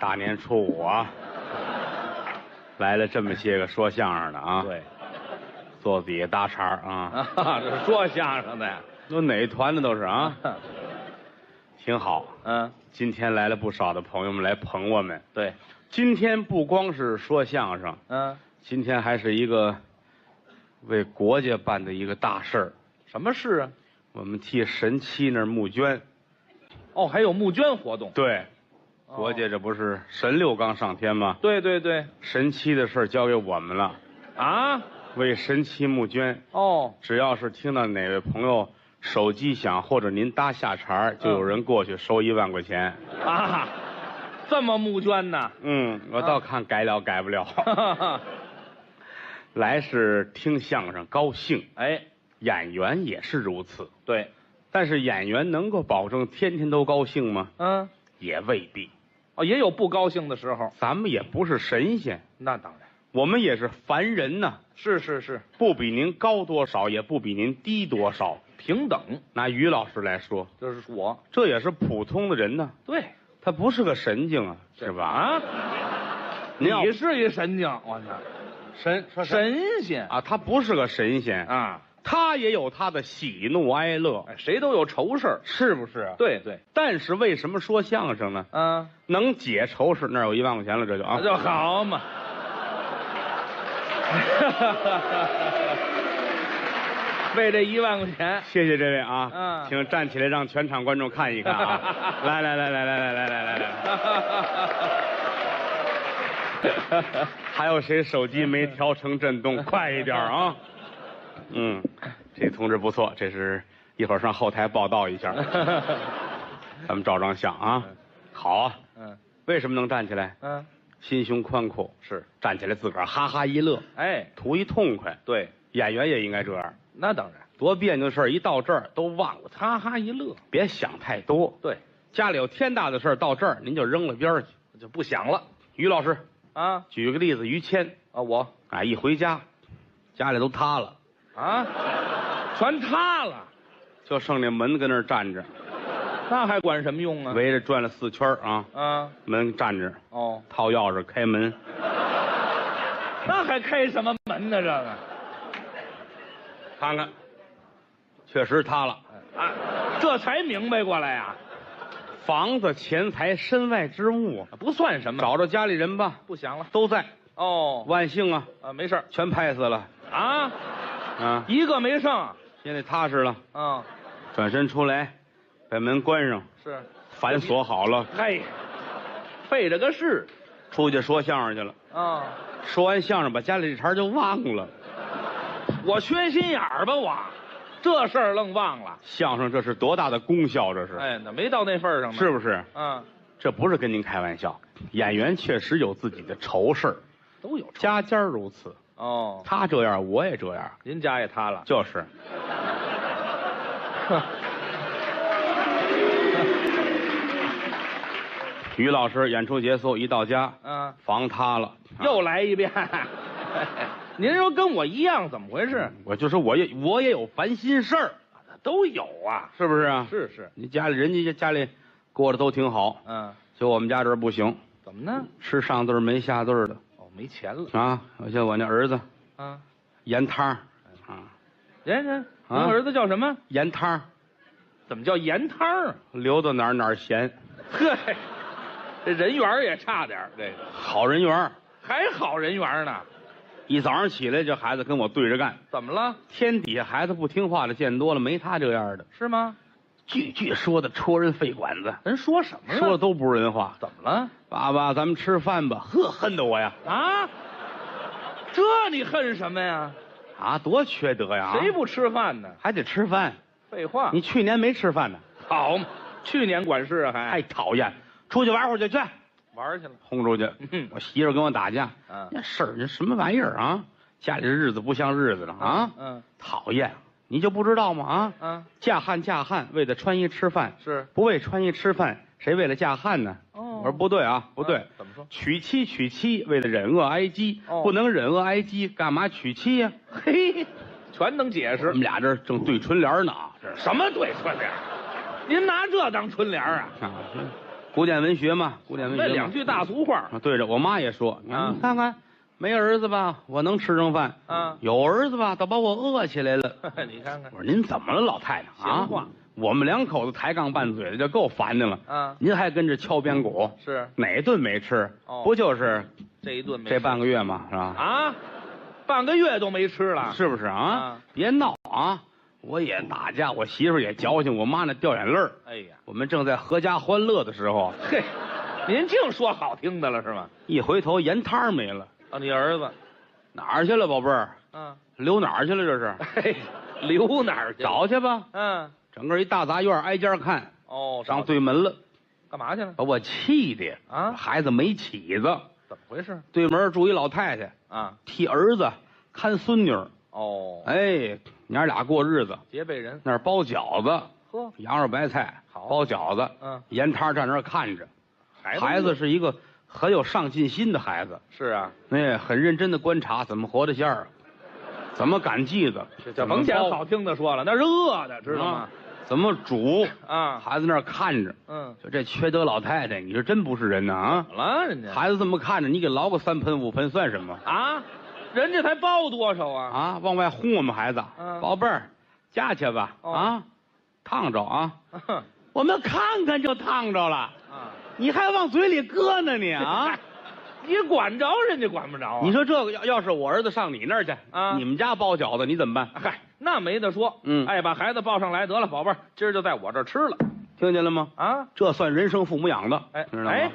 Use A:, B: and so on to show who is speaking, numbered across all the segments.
A: 大年初五啊，来了这么些个说相声的啊，
B: 对，
A: 坐底下搭茬儿啊，
B: 啊，这说相声的呀，
A: 都哪团的都是啊，挺好。
B: 嗯，
A: 今天来了不少的朋友们来捧我们。
B: 对，
A: 今天不光是说相声，
B: 嗯，
A: 今天还是一个为国家办的一个大事儿。
B: 什么事啊？
A: 我们替神七那儿募捐，
B: 哦，还有募捐活动，
A: 对，
B: 哦
A: 国家这不是神六刚上天吗？
B: 对对对，
A: 神七的事儿交给我们了，
B: 啊，
A: 为神七募捐。
B: 哦，
A: 只要是听到哪位朋友手机响或者您搭下茬儿，就有人过去收一万块钱。
B: 啊，这么募捐呢？
A: 嗯，我倒看改了改不了。 来是听相声高兴，
B: 哎，
A: 演员也是如此。
B: 对，
A: 但是演员能够保证天天都高兴吗？
B: 嗯，
A: 也未必。
B: 哦，也有不高兴的时候，
A: 咱们也不是神仙，
B: 那当然，
A: 我们也是凡人呐、
B: 是是是，
A: 不比您高多少，也不比您低多少。
B: 平等，
A: 拿于老师来说，
B: 这是我，
A: 这也是普通的人呢、
B: 对，
A: 他不是个神经啊，是吧？啊，
B: 啊，
A: 您要
B: 你是一神经，我操，
A: 神说神
B: 神仙
A: 啊，他不是个神仙，
B: 啊，
A: 他也有他的喜怒哀乐，
B: 哎，谁都有愁事儿，
A: 是不是？
B: 对对，
A: 但是为什么说相声呢？
B: 啊，
A: 能解愁是那儿有一万块钱了，这就啊
B: 那，就好 嘛。为这一万块钱，
A: 谢谢这位啊，
B: 嗯
A: 请站起来让全场观众看一看 啊，来来来来来来来来来，还有谁手机没调成震动？快一点啊！嗯，这同志不错，这是一会儿上后台报道一下，咱们照张相啊。好啊，
B: 嗯
A: 为什么能站起来？
B: 嗯，
A: 心胸宽阔，
B: 是，
A: 站起来自个儿哈哈一乐，
B: 哎，
A: 图一痛快。
B: 对，
A: 演员也应该这样，
B: 那当然，
A: 多别扭的事儿一到这儿都忘了，
B: 哈哈一乐，
A: 别想太多。
B: 对，
A: 家里有天大的事儿到这儿您就扔了边儿去。
B: 就不想了
A: 于老师
B: 啊
A: 举个例子，于谦
B: 啊，我
A: 啊，一回家，家里都塌了，
B: 啊，全塌了，
A: 就剩那门跟那儿站着，
B: 那还管什么用啊？
A: 围着转了四圈儿啊，
B: 啊，
A: 门站着，
B: 哦，
A: 套钥匙开门，
B: 那还开什么门呢？这个
A: 看看，确实塌了。
B: 啊，这才明白过来呀、
A: 房子、钱财、身外之物啊，
B: 不算什么，
A: 找着家里人吧，
B: 不想了。
A: 都在。
B: 哦，
A: 万幸啊，
B: 啊，没事儿
A: 全拍死了
B: 啊，
A: 啊！
B: 一个没剩啊，
A: 现在踏实了，
B: 嗯
A: 转身出来，把门关上，
B: 是，
A: 反锁好了，
B: 嘿，费了个事
A: 出去说相声去了。
B: 啊，
A: 说完相声，把家里这茬就忘了。
B: 我缺心眼儿吧我，这事儿愣忘了，
A: 相声这是多大的功效，这是
B: 哎，那没到那份儿上呢，
A: 是，不是？
B: 嗯，
A: 这不是跟您开玩笑，演员确实有自己的愁事儿，
B: 都有仇
A: 家家如此。
B: 哦，
A: 他这样，我也这样，
B: 您家也塌了，
A: 就是。 于老师演出结束，一到家，
B: 嗯，
A: 房塌了，
B: 又来一 遍，您说跟我一样，怎么回事？
A: 我就说我也我也有烦心事儿，
B: 都有啊，
A: 是不是啊？
B: 是是，
A: 你家里人家家里过得都挺好，
B: 嗯，
A: 就我们家这儿不行，
B: 怎么呢？
A: 吃上顿儿没下顿儿的
B: 哦，没钱了
A: 啊！我像我那儿子
B: 啊，
A: 盐汤儿啊，
B: 人人，您
A: 啊
B: 儿子叫什么？
A: 盐汤儿
B: 怎么叫盐摊儿啊？
A: 留到哪儿哪儿咸，
B: 呵，这人缘儿也差点儿，这个
A: 好人缘儿。
B: 还好人缘儿呢？
A: 一早上起来，这孩子跟我对着干。
B: 怎么了？
A: 天底下孩子不听话的见多了，没他这样的，
B: 是吗？
A: 句句说的戳人肺管子，
B: 人说什么了？
A: 说的都不是人话。
B: 怎么了？
A: 爸爸，咱们吃饭吧。呵，恨得我呀！
B: 啊？这你恨什么呀？
A: 啊，多缺德呀！啊
B: 谁不吃饭呢？
A: 还得吃饭？
B: 废话，
A: 你去年没吃饭呢，
B: 好嘛？去年管事啊还
A: 太讨厌！出去玩会儿去，去
B: 玩儿去了。
A: 轰出去。
B: 嗯
A: 我媳妇儿跟我打架，
B: 嗯
A: 那事儿这什么玩意儿啊？家里的日子不像日子了啊！
B: 嗯
A: 讨厌，你就不知道吗？啊，
B: 啊
A: 嫁汉嫁汉，为了穿衣吃饭，
B: 是
A: 不为穿衣吃饭，谁为了嫁汉呢？
B: 哦
A: 我说不对啊，不对
B: 啊，怎么说？
A: 娶妻娶妻，为了忍饿挨饥，
B: 哦
A: 不能忍饿挨饥，干嘛娶妻呀、
B: 嘿，全能解
A: 我
B: 释
A: 们。俩这儿正对春联呢啊，这
B: 什么对春联儿？您拿这当春联儿啊？
A: 是啊，古典文学嘛，古典文学
B: 那
A: 嘛。
B: 两句大俗话
A: 啊，对着我妈也说，
B: 啊
A: 你看看没儿子吧，我能吃上饭；
B: 啊，
A: 有儿子吧，倒把我饿起来了。
B: 你看看
A: 我说您怎么了，老太太啊？
B: 闲话
A: 我们两口子抬杠拌嘴的就够烦的了，
B: 啊，
A: 您还跟着敲边鼓，
B: 是
A: 哪顿没吃？
B: 哦
A: 不就是
B: 这一顿没
A: 这半个月嘛，是吧？
B: 啊，半个月都没吃了，
A: 是不是啊？
B: 啊
A: 别闹啊！我也打架，我媳妇儿也矫情，我妈那掉眼泪儿。
B: 哎呀，
A: 我们正在阖家欢乐的时候，
B: 嘿，您净说好听的了是吗？
A: 一回头盐摊儿没了，
B: 啊，你儿子，
A: 哪儿去了，宝贝儿？
B: 嗯，
A: 溜哪儿去了？这 是
B: 嘿，留哪儿去？，
A: 找去吧。
B: 嗯，
A: 整个一大杂院挨家看，
B: 哦，
A: 上
B: 对，
A: 对门了，
B: 干嘛去了？
A: 把我气的呀
B: 啊
A: 孩子没起子，
B: 怎么回事？
A: 对门住一老太太，
B: 啊，
A: 替儿子看孙女儿，
B: 哦，
A: 哎，娘俩过日子，
B: 结拜人，
A: 那儿包饺子，
B: 呵，
A: 羊肉白菜，
B: 好
A: 包饺子，
B: 嗯，
A: 盐摊儿站那儿看着。
B: 孩
A: 孩子是一个很有上进心的孩子，
B: 是啊，
A: 哎，很认真的观察怎么活的馅儿，怎么擀剂子，
B: 这甭捡好听的说了，那是饿的，知道吗？
A: 怎么煮，
B: 啊，
A: 孩子那儿看着，
B: 嗯，
A: 就这缺德老太太，你是真不是人呐啊！
B: 怎么了人家？
A: 孩子这么看着，你给捞个三盆五盆算什么
B: 啊，人家才包多少啊？
A: 啊？往外轰我们孩子，
B: 嗯
A: 宝贝儿，家去吧
B: 哦
A: 啊，烫着啊，
B: 啊，
A: 我们看看就烫着了，你还往嘴里搁呢你啊！
B: 你管着人家管不着啊？
A: 你说这个要要是我儿子上你那儿去
B: 啊
A: 你们家包饺子你怎么办？
B: 嗨，那没得说，
A: 嗯
B: 哎，把孩子抱上来得了，宝贝儿，今儿就在我这儿吃了
A: 听见了吗？
B: 啊，
A: 这算人生父母养的，
B: 哎
A: 知道吗？
B: 哎，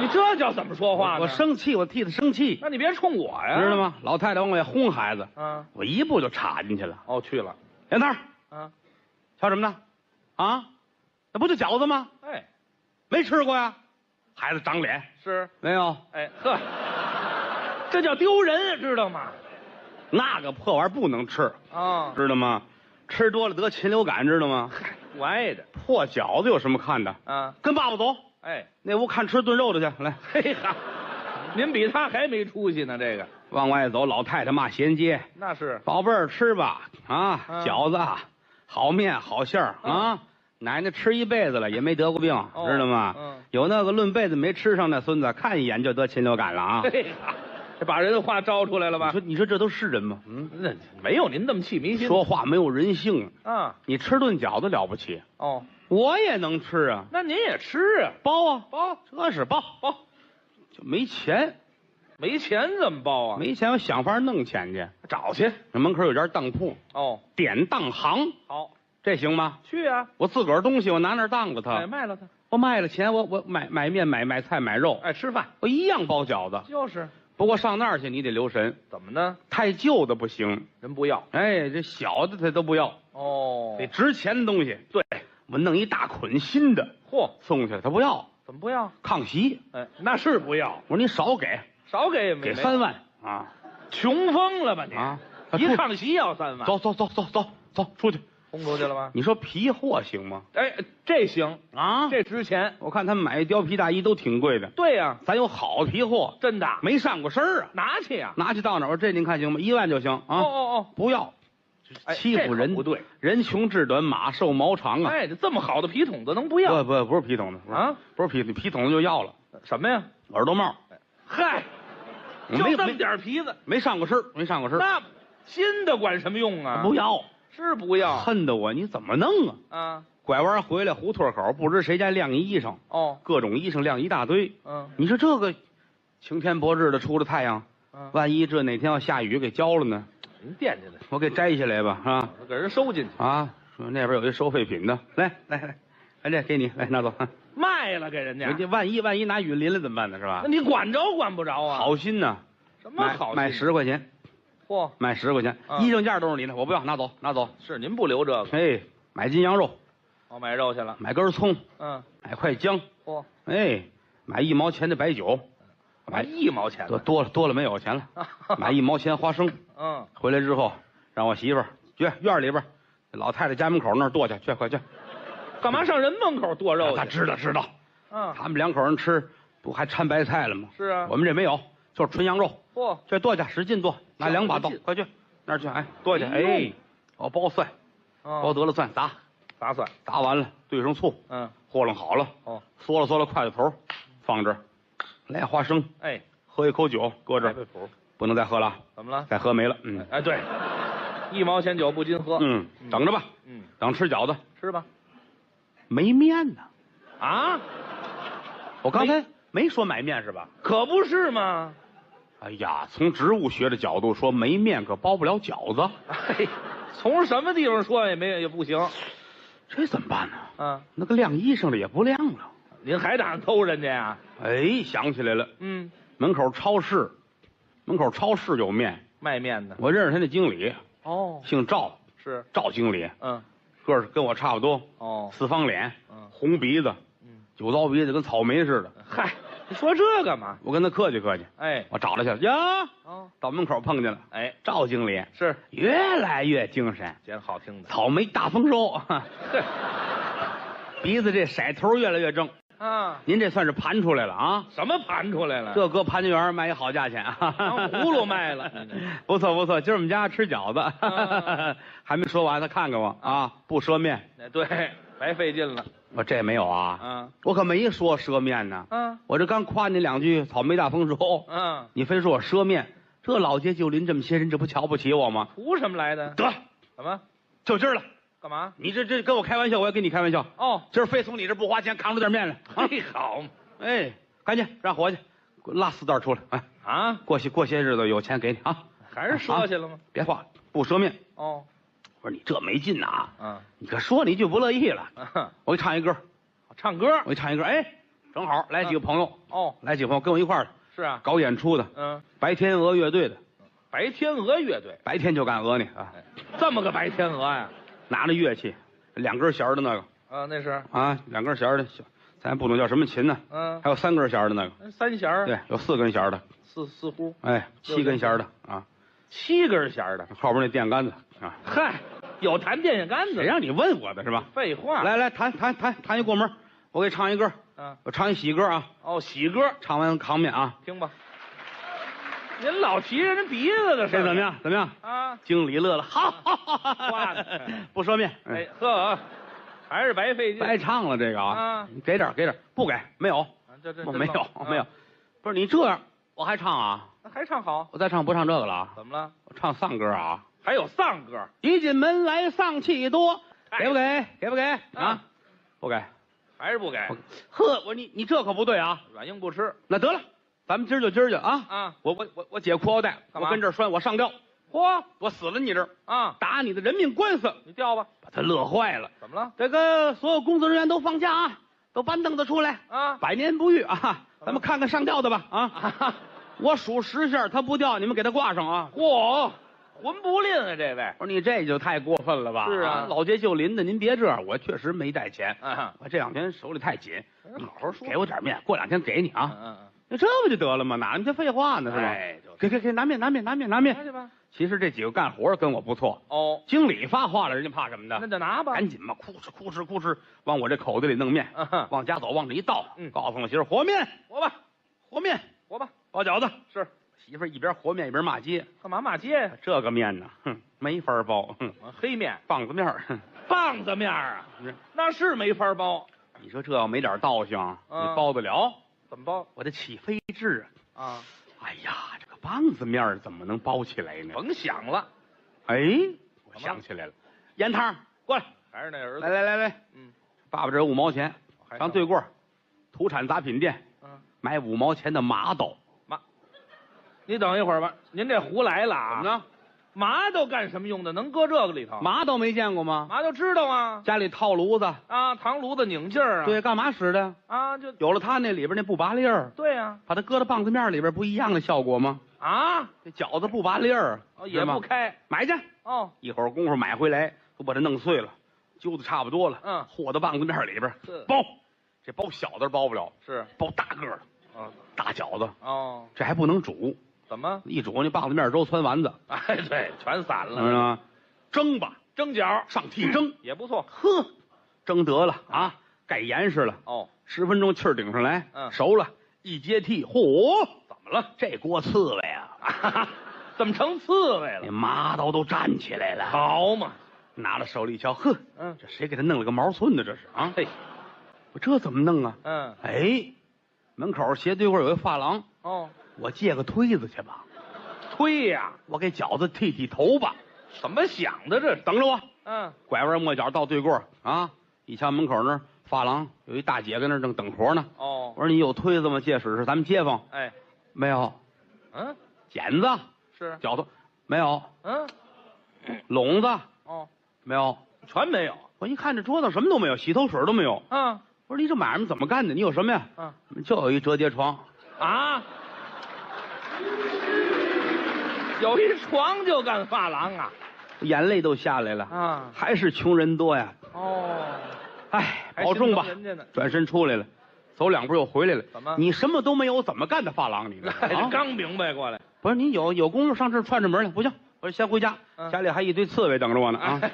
B: 你这叫怎么说话
A: 我
B: 呢？哎
A: 我，生气，我替他生气，
B: 那你别冲我呀，
A: 知道？吗？老太太往外轰孩子，
B: 啊，
A: 我一步就插进去了。
B: 哦，去了，
A: 杨三儿，
B: 啊，
A: 瞧什么呢？啊，那不就饺子吗？
B: 哎，
A: 没吃过呀？孩子长脸，
B: 是，
A: 没有？
B: 哎呵，这叫丢人，知道吗？
A: 那个破玩意儿不能吃，
B: 啊，
A: 知道吗？吃多了得禽流感，知道吗？
B: 我爱的
A: 破饺子有什么看的？
B: 啊，
A: 跟爸爸走，
B: 哎，
A: 那屋看吃炖肉的去。来，
B: 嘿哈，您比他还没出息呢，这个
A: 往外走，老太太骂衔接，
B: 那 是
A: 宝贝儿吃吧啊，
B: 嗯
A: 饺子啊好面好馅儿啊，奶奶吃一辈子了也没得过病，
B: 哦
A: 知道吗？
B: 嗯
A: 有那个论辈子没吃上那孙子，看一眼就得禽流感了啊！
B: 嘿哈，哎这把人的话招出来了
A: 你
B: 吧
A: 说？你说这都是人吗？嗯，
B: 那没有您这么气迷心
A: 说话没有人性，
B: 啊，
A: 你吃顿饺子了不起，
B: 哦，
A: 我也能吃啊，
B: 那您也吃啊，
A: 包啊，
B: 包
A: 这是包
B: 包。
A: 就没钱，
B: 没钱怎么包啊？
A: 没钱我想法弄钱去。
B: 找去。
A: 门口有家当铺，
B: 哦，
A: 典当行，
B: 好，
A: 这行吗？
B: 去啊，
A: 我自个儿东西，我拿那儿当着
B: 哎，
A: 他，
B: 卖了它，
A: 我卖了钱，我我买买面、买买菜、买肉，
B: 哎，吃饭
A: 我一样包饺子，
B: 就是
A: 不过上那儿去你得留神，
B: 怎么呢？
A: 太旧的不行。
B: 人不要
A: 哎，这小的他都不要，
B: 哦
A: 得值钱的东西。对，我弄一大捆新的
B: 嚯，
A: 送去了，他不要。
B: 怎么不要？
A: 抗袭，
B: 哎，那是不要，
A: 我说你少给，
B: 少给也没
A: 给
B: 没
A: 三万啊
B: 穷疯了吧你？
A: 啊！
B: 一
A: 出
B: 唱戏要三万，
A: 走走走走走走出去。
B: 轰出去了吧？
A: 啊你说皮货行吗？
B: 哎，这行，
A: 啊这
B: 这值钱。
A: 我看他们买一貂皮大衣都挺贵的，
B: 对呀，
A: 咱有好皮货，
B: 真的，
A: 没上过身儿啊。
B: 拿去呀。
A: 拿去到哪儿？我说这您看行吗？一万就行
B: 哦
A: 啊，
B: 哦
A: 不要
B: 哎，
A: 欺负
B: 这
A: 人
B: 可不对，
A: 人穷志短，马瘦毛长
B: 哦，
A: 啊。
B: 哎，这么好的皮筒子能不要
A: 不不不是皮筒子不是
B: 啊？
A: 不是皮筒皮筒子就要了，
B: 什么呀？
A: 耳朵帽，
B: 嗨，
A: 我
B: 就
A: 没
B: 这么
A: 没
B: 点皮子，
A: 没上过身儿没上过身儿
B: 那新的管什么用啊？
A: 不要，
B: 是不要
A: 恨得我你怎么弄啊？
B: 啊？
A: 拐弯回来胡同口，不知谁家晾一衣裳，
B: 哦，
A: 各种衣裳晾一大堆。
B: 嗯
A: 你说这个晴天博日的出了太阳，
B: 嗯，
A: 万一这哪天要下雨给浇了呢？
B: 您惦记的，
A: 我给摘下来吧，是吧？
B: 给人收进去，
A: 啊，说那边有一收废品的，来来来，来这给你，来拿走。啊
B: 卖了给人家
A: 人，家万一万一拿雨淋了怎么办呢？是吧
B: 那？你管着管不着啊？
A: 好心呐，
B: 什么
A: 买
B: 好
A: 买十块钱，
B: 嚯，
A: 买十块钱，
B: 嗯
A: 衣裳件都是你的，我不要，拿走拿走。
B: 是您不留这个，
A: 哎，买斤羊肉，
B: 我买肉去了，
A: 买根葱，
B: 嗯，
A: 买块姜，
B: 嚯，哎
A: 哎，买一毛钱的白酒，买
B: 一毛钱
A: 多
B: 的，
A: 多了多了没有 钱了，买一毛钱花生。
B: 嗯，
A: 回来之后，让我媳妇儿去院里边儿，老太太家门口那儿剁去，去快去。
B: 干嘛上人门口剁肉
A: 她啊
B: 去？
A: 知道知道，
B: 嗯，
A: 他们两口人吃不还掺白菜了吗？
B: 是啊
A: 我，们这没有，就是纯羊肉，
B: 嚯，
A: 这剁去，使劲剁，拿两把刀
B: 使劲，
A: 快去那儿去，哎，剁去，
B: 哎呦
A: 哎，哦，包蒜，包
B: 嗯
A: 得了蒜，砸，
B: 打蒜，
A: 砸完了兑上醋，
B: 嗯，
A: 和弄好了，
B: 哦，
A: 嗦了嗦了筷子头，放这儿，来花生，
B: 哎，
A: 喝一口酒，搁这
B: 这
A: 儿，
B: 谱
A: 不能再喝了啊，
B: 怎么了？
A: 再喝没了。嗯
B: 哎，对，一毛钱酒不禁喝。
A: 嗯，等着吧，
B: 嗯，
A: 等吃饺子
B: 吃吧。
A: 没面呢。
B: 啊，
A: 我刚才没说买面是吧？
B: 可不是嘛。
A: 哎呀，从植物学的角度说，没面可包不了饺子，
B: 哎，从什么地方说也没也不行。
A: 这怎么办呢？
B: 啊，
A: 那个晾衣裳的也不晾了。
B: 您还打算偷人家呀？
A: 哎，想起来了，
B: 嗯，
A: 门口超市，门口超市有面，
B: 卖面的。
A: 我认识他那经理，
B: 哦，
A: 姓赵，
B: 是，
A: 赵经理，
B: 嗯，
A: 个儿跟我差不多，
B: 哦，
A: 四方脸，
B: 嗯
A: 红鼻子，
B: 嗯，
A: 酒糟鼻子，跟草莓似的。
B: 嗨，你说这干嘛？
A: 我跟他客气客气，
B: 哎，
A: 我找了去，呀，
B: 哦，
A: 到门口碰见了
B: 哎，
A: 赵经理，
B: 是
A: 越来越精神，
B: 捡好听 的。
A: 草莓大丰收，
B: 哼
A: 鼻子这色头越来越正。
B: 啊，
A: 您这算是盘出来了啊！
B: 什么盘出来了？
A: 这搁潘家园卖一好价钱啊，
B: 当啊葫芦卖了你这
A: 不错不错，今儿我们家吃饺子，
B: 啊
A: 还没说完，他看看我啊，不赊面，
B: 哎对，白费劲了。
A: 我这没有啊，
B: 啊
A: 我可没说赊面呢，
B: 啊
A: 我这刚夸你两句草莓大丰收，
B: 啊！
A: 你非说我赊面，这老街就邻这么些人，这不瞧不起我吗？
B: 图什么来的？
A: 得，
B: 怎么？
A: 就今儿了，
B: 干嘛？
A: 你这这跟我开玩笑，我也跟你开玩笑，
B: 哦，
A: 今儿非从你这不花钱扛出点面来啊！
B: 嘿，好嘛
A: 哎，赶紧让伙计给我拉四袋出来，哎，
B: 啊，
A: 过些过些日子有钱给你啊。
B: 还是说去了吗？
A: 别话不说面。
B: 哦，
A: 我说你这没劲呐、啊，
B: 啊，
A: 你可说你就不乐意了。
B: 啊
A: 我给你唱一歌，
B: 唱歌。
A: 我给你唱一歌。哎，正好来几个朋友，
B: 哦，
A: 来几个朋友跟我一块儿的
B: 是啊，
A: 搞演出的，
B: 嗯，
A: 白天鹅乐队的，
B: 白天鹅乐队，
A: 白天就干鹅呢啊，
B: 这么个白天鹅呀？
A: 拿着乐器，两根弦儿的那个
B: 啊，那是，
A: 啊，两根弦儿的小，咱不懂叫什么琴呢，
B: 嗯
A: 还，有三根弦儿的那个，
B: 三弦儿，
A: 对，有四根弦儿的，
B: 四四乎，
A: 哎，七根弦儿的啊，
B: 七根弦儿的。
A: 后边那电杆子啊，
B: 嗨，有弹电线杆子
A: 谁
B: 的。
A: 让你问我的是吧？
B: 废话。，
A: 来来，弹弹弹弹一过门儿，我给你唱一歌，
B: 嗯，
A: 我唱一喜歌啊，
B: 哦，喜歌，
A: 唱完扛面啊。
B: 听吧。您老提人家鼻子的事
A: 这
B: 儿
A: 怎么样？怎么样？
B: 啊？
A: 经理乐了，好，好好好
B: 哇塞
A: 不说面，
B: 哎
A: 哎，
B: 呵，还是白费劲。
A: 白唱了这个啊
B: 啊，
A: 你给点儿给点儿，不给没有，
B: 啊这这
A: 我
B: 这
A: 没有
B: 啊
A: 没有，不是你这样我还唱啊？
B: 那还唱好？
A: 我再唱不唱这个了啊？
B: 怎么了？
A: 我唱丧歌啊！
B: 还有丧歌？
A: 一进门来丧气多，
B: 哎
A: 给不给？给不给啊
B: 啊？
A: 不给。
B: 还是不给？
A: 不呵，我说你你这可不对啊！
B: 软硬不吃
A: 那得了，咱们今儿就今儿去啊！
B: 啊！
A: 我我我我解裤腰带，
B: 干嘛
A: 我跟这儿拴，我上吊，
B: 嚯
A: 我死了你这儿，
B: 啊！
A: 打你的人命官司，
B: 你掉吧？
A: 把他乐坏了。
B: 怎么了？
A: 这个所有工作人员都放假啊，都搬凳子出来，
B: 啊
A: 百年不遇 啊！
B: 嗯
A: 咱们看看上吊的吧啊！
B: 啊！
A: 我数十下，他不掉，你们给他挂上啊！
B: 嚯，魂不吝啊这位！
A: 我说你这就太过分了吧？
B: 是啊
A: 老街旧邻的，您别这样，我确实没带钱，
B: 啊，
A: 我这两天手里太紧，
B: 好好说。
A: 给我点面，过两天给你
B: 嗯
A: 啊！
B: 嗯
A: 那这不就得了吗？哪那么些废话呢？
B: 嗯，
A: 是吧？
B: 哎，就
A: 给给给，拿面拿面拿面拿
B: 拿
A: 面！
B: 去吧。
A: 其实这几个干活的跟我不错，
B: 哦，
A: 经理发话了，人家怕什么
B: 那
A: 的？
B: 就拿吧。
A: 赶紧吧，哭哧哭哧哭哧，往我这口子里弄面。
B: 啊，
A: 往家走，往这一倒，
B: 嗯
A: 告诉我媳妇儿和面，
B: 活吧，
A: 和面，
B: 活吧。
A: 包饺子。
B: 是，
A: 媳妇儿一边和面一边骂街，哎
B: 干嘛骂街呀？
A: 这个面呢，哼，没法包，哼，
B: 黑面
A: 棒子面儿，哼，
B: 棒子面儿啊
A: 是，
B: 那是没法包。
A: 你说这要没点道行，
B: 嗯
A: 你包得了？
B: 怎么包
A: 我的起飞智，
B: 啊？
A: 哎呀，这个棒子面儿怎么能包起来呢？
B: 甭想了，
A: 哎，我想起来了，盐汤过来，
B: 还是那儿
A: 来
B: 子。
A: 来来来，
B: 嗯，
A: 爸爸这有五毛钱，
B: 还
A: 上
B: 上
A: 对过儿土产杂品店
B: 嗯，
A: 买五毛钱的麻豆，
B: 你等一会儿吧，您这胡来了
A: 怎
B: 啊
A: 么？呢？
B: 麻豆干什么用的？能搁这个里头？
A: 麻豆没见过吗？
B: 麻豆知道啊
A: 家里套炉子，
B: 啊，糖炉子拧劲儿啊，
A: 对，干嘛使的？
B: 啊，就
A: 有了它那里边那不拔粒儿，
B: 对呀
A: 把它搁到棒子面里边，不一样的效果吗？
B: 啊，
A: 这饺子不拔粒儿，
B: 哦
A: 是
B: 也
A: 吗
B: 不开
A: 买去，
B: 哦，
A: 一会儿功夫买回来，都把它弄碎了，揪的差不多了，
B: 嗯
A: 和到棒子面里边
B: 是
A: 包。这包小的包不了，
B: 是
A: 包大个儿的
B: 啊
A: 大饺子，
B: 哦，
A: 这还不能煮，
B: 怎么？
A: 一煮那棒子面粥汆丸子，
B: 哎，对，全散
A: 知
B: 了，
A: 道吗？蒸吧，
B: 蒸饺
A: 上屉 蒸，
B: 也不错
A: 呵，蒸得了啊，盖严实了，
B: 哦，
A: 十分钟气儿顶上来，
B: 嗯
A: 熟了，一接屉，嚯！
B: 怎么了？
A: 这锅刺猬啊，
B: 啊 怎么成刺猬
A: 那
B: 了？
A: 麻刀都站起来了，
B: 好嘛，
A: 拿到手里一瞧，呵，
B: 嗯，
A: 这谁给他弄了个毛寸的？这是啊，
B: 嘿，
A: 我这怎么弄啊？
B: 嗯，
A: 哎，门口斜对过有一发廊，
B: 哦，
A: 我借个推子去吧，
B: 推呀，
A: 我给饺子剃剃头吧。
B: 怎么想的这是？
A: 等着我，
B: 嗯，
A: 拐弯抹角到对过啊，一瞧门口那儿发廊有一大姐跟那儿正等活呢。我
B: 哦，
A: 说你有推子吗？借使是咱们街坊
B: 哎，
A: 没有，
B: 嗯，
A: 剪子、
B: 是，
A: 饺子没有，
B: 嗯，
A: 笼子
B: 哦，
A: 没有。
B: 全没有。
A: 我一看这桌子什么都没有，洗头水都没有。
B: 嗯
A: 我说你这买卖怎么干的？你有什么呀？
B: 嗯
A: 就有一折叠床，
B: 啊，有一床就干发廊啊
A: 眼泪都下来了。
B: 啊
A: 还是穷人多呀，
B: 哦，
A: 哎，
B: 还
A: 保重吧
B: 心疼。人家呢，
A: 转身出来了，走两步又回来了。
B: 怎么
A: 你什么都没有，怎么干的发廊？你这
B: 哎
A: 啊
B: 这刚明白过来
A: 不是你有有功夫上这儿串着门来？不行，我先回家，
B: 嗯
A: 家里还一堆刺猬等着我呢 啊！
B: 哎，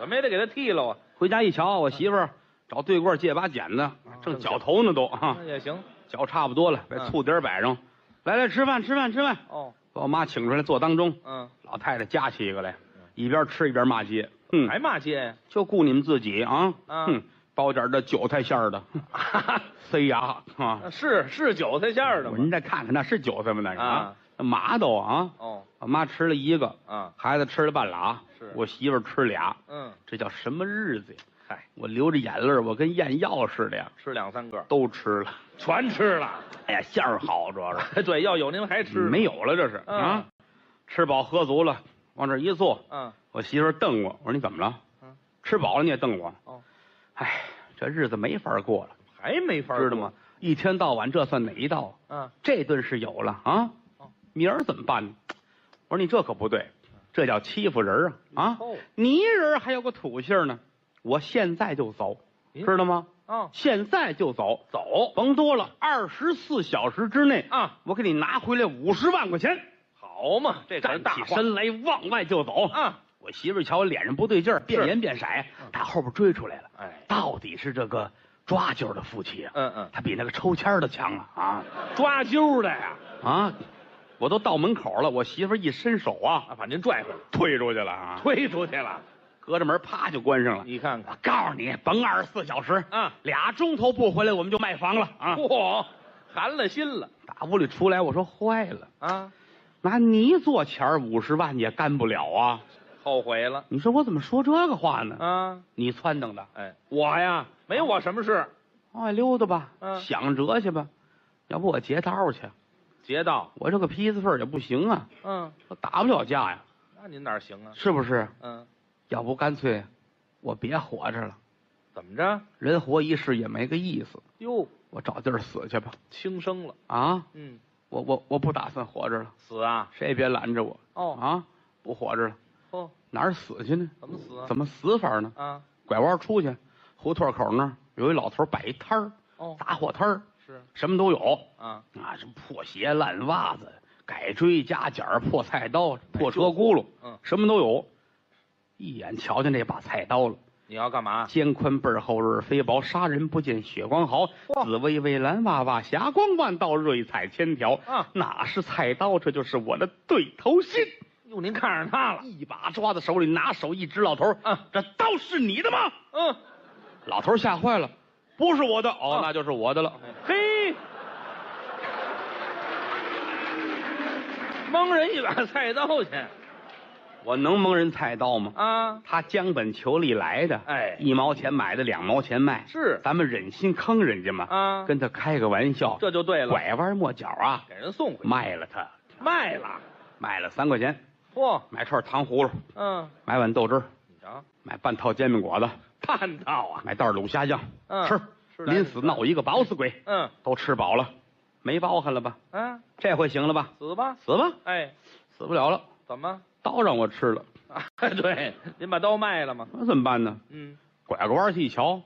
B: 怎么也得给他剃了啊，
A: 回家一瞧，我媳妇儿找对过借把剪子，正绞头呢都啊
B: 那，嗯也行
A: 绞差不多了，把
B: 嗯
A: 醋碟儿摆上，来来吃饭吃饭吃饭，
B: 哦，
A: 把我妈请出来坐当中，
B: 嗯，
A: 老太太夹起一个来，一边吃一边骂街，嗯，
B: 还骂街呀？
A: 就顾你们自己啊，
B: 啊
A: 哼，包点儿这韭菜馅儿 的，塞牙啊。
B: 是是韭菜馅儿的
A: 我说
B: 吗
A: 您？再看看，那是韭菜吗？那是
B: 啊，
A: 那麻豆啊！
B: 哦
A: 我妈吃了一个，
B: 啊，
A: 孩子吃了半拉，
B: 是
A: 我媳妇儿吃俩，
B: 嗯，
A: 这叫什么日子呀？
B: 嗨，
A: 我流着眼泪儿，我跟咽药似的呀，
B: 吃两三个，
A: 都吃了。
B: 全吃了。
A: 哎呀，馅儿好，主要是
B: 对，要有您还吃呢
A: 没？有了，这是
B: 嗯
A: 啊，吃饱喝足了，往这儿一坐，
B: 嗯，
A: 我媳妇儿瞪我，我说你怎么了
B: 嗯？
A: 吃饱了你也瞪我？
B: 哦，
A: 哎，这日子没法过了，
B: 还没法
A: 知道吗？？一天到晚这算哪一道？
B: 嗯，
A: 这顿是有了啊
B: 哦，嗯
A: 明儿怎么办呢？我说你这可不对，这叫欺负人啊啊！
B: 哦
A: 泥人儿还有个土性呢，我现在就走，
B: 咦
A: 知道吗？
B: 哦
A: 现在就走，走，甭多了，二十四小时之内，
B: 啊，
A: 我给你拿回来五十万块钱。
B: 好嘛，这可是
A: 站
B: 大
A: 起
B: 话
A: 身来，往外就走。
B: 啊！
A: 我媳妇儿瞧我脸上不对劲儿，变颜变色，打后边追出来了。
B: 哎，
A: 到底是这个抓阄的夫妻啊，
B: 嗯嗯，
A: 他比那个抽签儿的强啊啊！
B: 抓阄的呀，
A: 啊，我都到门口了，我媳妇儿一伸手啊，
B: 啊，把您拽回来，
A: 推出去了啊，
B: 推出去嗯了。
A: 隔着门啪就关上了。
B: 你看
A: 我
B: 看，
A: 告诉你，甭二十四小时
B: 啊
A: 俩钟头不回来我们就卖房了啊！
B: 嚯，寒了心了
A: 打屋里出来，我说坏了，
B: 啊，
A: 拿泥做钱五十万也干不了啊！
B: 后悔了
A: 你说我怎么说这个话呢？
B: 啊！
A: 你撺掇的，
B: 哎，我呀，没我什么事，
A: 往外溜达吧，
B: 嗯
A: 想辙去吧，要不我劫道去？
B: 劫道。
A: 我这个坯子缝儿也不行啊，
B: 嗯，
A: 我打不了架呀，
B: 那您哪行啊？
A: 是不是？
B: 嗯，
A: 要不干脆我别活着了。
B: 怎么着？
A: 人活一世也没个意思，
B: 哟，
A: 我找地儿死去吧。
B: 轻生了。
A: 啊，
B: 嗯，
A: 我我我不打算活着了，
B: 死啊？
A: 谁也别拦着我
B: 哦
A: 啊！不活着了，
B: 哦，
A: 哪儿死去呢？
B: 怎么死啊？
A: 怎么死法呢？
B: 啊？
A: 拐弯出去，胡同口那儿有一老头摆一摊儿，
B: 哦，
A: 杂货摊儿，
B: 是
A: 什么都有
B: 啊，
A: 啊，什么破鞋、烂袜子、改锥、夹角、破菜刀、破车轱辘，
B: 嗯，
A: 什么都有。一眼瞧见这把菜刀了，
B: 你要干嘛？
A: 肩宽背儿厚，刃儿飞薄，杀人不见血光毫。紫薇薇，蓝娃娃，霞光万道，瑞彩千条。
B: 啊，
A: 哪是菜刀，这就是我的对头心。
B: 哟，您看上他了？
A: 一把抓在手里，拿手一指老头儿，
B: 啊
A: 这刀是你的吗？
B: 嗯，
A: 老头儿吓坏了，不是我的，哦，
B: 啊
A: 那就是我的了。
B: 嘿，蒙人一把菜刀去
A: 我能蒙人菜刀吗？
B: 啊！
A: 他将本求利来的，
B: 哎
A: 一毛钱买的，两毛钱卖，
B: 是
A: 咱们忍心坑人家吗？
B: 啊
A: 跟他开个玩笑，
B: 这就对了，
A: 拐弯抹角啊，
B: 给人送回去，
A: 卖了他，
B: 卖了。
A: 卖了三块钱，
B: 嚯，
A: 买串糖葫芦，
B: 嗯，
A: 买碗豆汁儿，
B: 你瞧，
A: 买半套煎饼果子，
B: 看到啊，
A: 买袋儿卤虾酱，
B: 嗯
A: 吃，
B: 吃来
A: 临
B: 吃
A: 死
B: 去
A: 闹一个饱死鬼，
B: 嗯
A: 都吃饱了，没包含了吧？
B: 啊，
A: 这回行了吧？
B: 死吧！
A: 死吧，
B: 哎，
A: 死不了了，
B: 怎么？
A: 刀让我吃了，
B: 啊， 对，您把刀卖了吗？
A: 那怎么办呢？
B: 嗯，
A: 拐个弯儿去一瞧，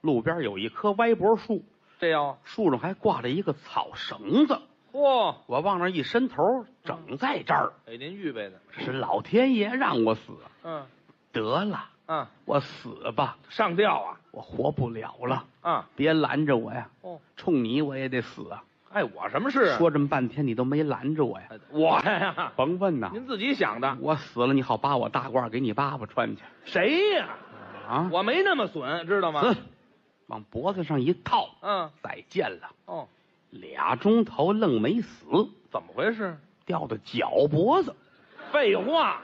A: 路边有一棵歪脖树，
B: 这啊要
A: 树上还挂着一个草绳子，
B: 嚯，
A: 我往那儿一伸头，整在这儿，
B: 给您预备的。
A: 这是老天爷让我死，
B: 嗯
A: 得了，
B: 啊，
A: 我死吧，
B: 上吊啊
A: 我活不了了，
B: 啊！
A: 别拦着我呀，
B: 哦，
A: 冲你我也得死啊！
B: 哎，我什么事啊？
A: 说这么半天你都没拦着 我呀，
B: 哎我呀，
A: 甭问呐，
B: 您自己想的。
A: 我死了你好扒我大褂给你爸爸穿去
B: 谁呀？
A: 啊！
B: 我没那么损，知道吗？
A: 死，往脖子上一套，
B: 嗯，
A: 再见了，
B: 哦，
A: 俩钟头愣没死，
B: 怎么回事？
A: 掉到脚脖子，
B: 废话，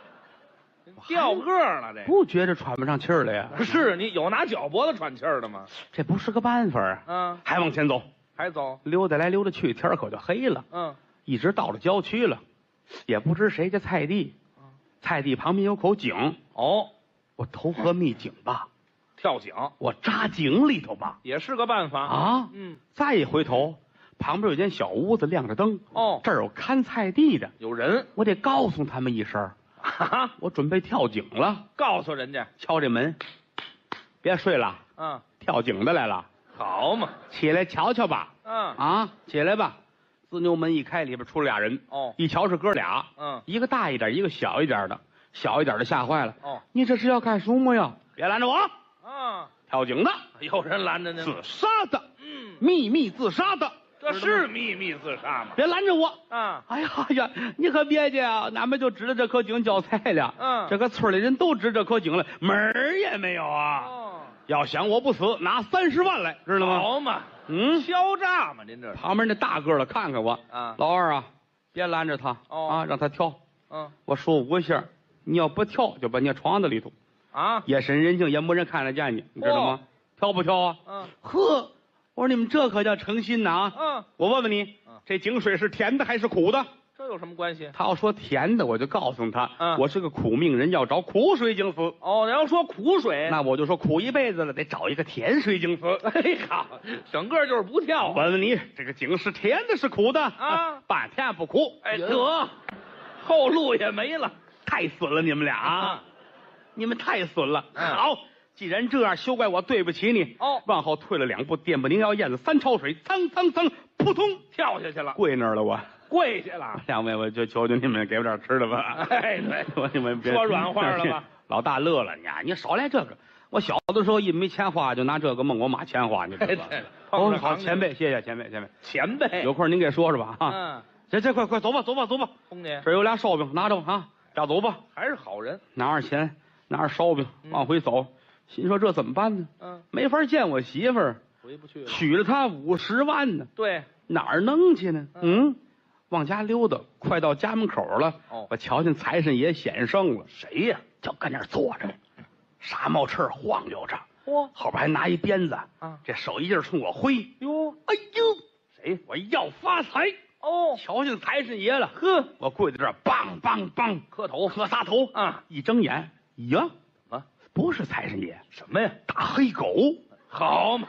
B: 掉个儿了这。
A: 不觉着喘不上气儿来呀？
B: 不是你有拿脚脖子喘气儿的吗？
A: 这不是个办法啊！
B: 嗯，
A: 还往前走，
B: 还走？
A: 溜达来溜达去，天儿可就黑了，
B: 嗯，
A: 一直到了郊区了，也不知谁家菜地，菜地旁边有口井，
B: 哦，
A: 我投河觅井吧，
B: 跳井
A: 我扎井里头吧。
B: 也是个办法。
A: 啊，
B: 嗯，
A: 再一回头，旁边有间小屋子亮着灯，
B: 哦
A: 这儿有看菜地的，
B: 有人，
A: 我得告诉他们一声，
B: 啊哈哈，
A: 我准备跳井了。
B: 告诉人家，
A: 敲这门，别睡了，
B: 嗯，
A: 跳井的来了，
B: 好嘛，
A: 起来瞧瞧吧。
B: 嗯，
A: 啊，起来吧。自牛门一开，里边出来俩人，
B: 哦，
A: 一瞧是哥俩，
B: 嗯，
A: 一个大一点，一个小一点的。小一点的吓坏了，
B: 哦，
A: 你这是要干什么呀？别拦着我，
B: 啊，
A: 跳井的，
B: 有人拦着您。
A: 自杀的，
B: 嗯，
A: 秘密自杀的，
B: 这
A: 知道吗
B: 是秘密自杀吗？
A: 别拦着我。
B: 啊，
A: 哎呀呀，你可别介啊，俺们就指着这棵井浇菜了。
B: 嗯
A: 这个村里人都指这棵井了，门儿也没有啊。
B: 哦，
A: 要想我不死，拿三十万来，知道吗？
B: 好嘛，
A: 嗯，
B: 敲诈嘛，您这是。
A: 旁边那大个儿的看看我，
B: 啊，
A: 老二啊，别拦着他、
B: 哦
A: 啊，让他跳。
B: 嗯，
A: 我说五个下儿，你要不跳，就把你床子里头。
B: 啊，
A: 夜深人静，也没人看得见你，你知道吗？跳不跳啊？
B: 嗯，
A: 哦呵，我说你们这可叫诚心呐啊！
B: 嗯，
A: 我问问你
B: 嗯，
A: 这井水是甜的还是苦的？
B: 这有什么关系？
A: 他要说甜的，我就告诉他，
B: 嗯
A: 我是个苦命人，要找苦水井死。
B: 哦，你要说苦水，
A: 那我就说苦一辈子了，得找一个甜水井死。
B: 哎好，整个就是不跳
A: 我。问问你，这个井是甜的，是苦的？
B: 啊，
A: 半天不苦。
B: 哎，得，后路也没了
A: 太损了，你们俩啊！！你们太损了。
B: 嗯
A: 好，既然这样，休怪我对不起你。
B: 哦
A: 往后退了两步，电不灵腰，燕子三抄水，噌噌噌，扑通
B: 跳下去了，
A: 跪那儿了我。
B: 跪下了。
A: 两位，我就求求你们给我点吃的吧。
B: 哎，对，
A: 我你们别
B: 说软话了吧？
A: 老大乐了，你啊，你少来这个。我小的时候一没钱花，就拿这个蒙我妈钱花，你知道吧？
B: 哎对
A: 哦
B: 碰，上
A: 好，
B: 行情
A: 前辈，谢谢前辈，前辈，
B: 前辈，
A: 有空您给说说吧啊。
B: 嗯，
A: 行行，快快走吧，走吧，走吧，
B: 兄弟
A: 这儿有俩烧饼，拿着吧啊，俩走吧，
B: 还是好人。
A: 拿着钱，拿着烧饼
B: 嗯
A: 往回走，心说这怎么办呢？
B: 嗯，
A: 没法见我媳妇儿，
B: 回不去了。
A: 许了她五十万呢，
B: 对，
A: 哪儿能去呢？
B: 嗯
A: 嗯，往家溜达，快到家门口了，
B: 哦
A: 我瞧见财神爷显圣了，谁呀、就跟那儿坐着，傻冒气儿晃悠着，
B: 嚯
A: 后边还拿一鞭子，
B: 啊
A: 这手一劲儿冲我挥，
B: 哟
A: 哎呦，谁？我要发财！
B: 哦，
A: 瞧见财神爷了，呵，我跪在这儿，梆梆梆磕头，磕仨头
B: 啊！
A: 一睁眼，呀，
B: 啊，
A: 不是财神爷，
B: 什么呀？
A: 大黑狗。
B: 好嘛，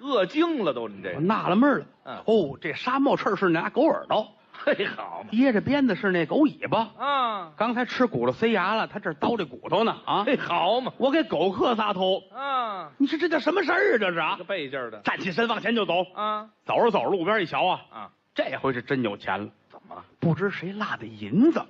B: 饿精了都，你这
A: 我纳了闷儿了，
B: 哎嗯
A: 哦，这沙帽翅是拿狗耳朵，
B: 嘿好嘛
A: 掖着鞭子是那狗尾巴。
B: 啊，
A: 刚才吃骨头塞牙了，他这儿叨这骨头呢啊！
B: 嘿好嘛
A: 我给狗磕仨头，
B: 啊，
A: 你说这叫什么事儿啊？这是啊
B: 这！背劲儿的
A: 站起身往前就走，
B: 啊
A: 走着走着路边一瞧啊，
B: 啊，
A: 这回是真有钱了，
B: 怎么了？
A: 不知谁落的银子，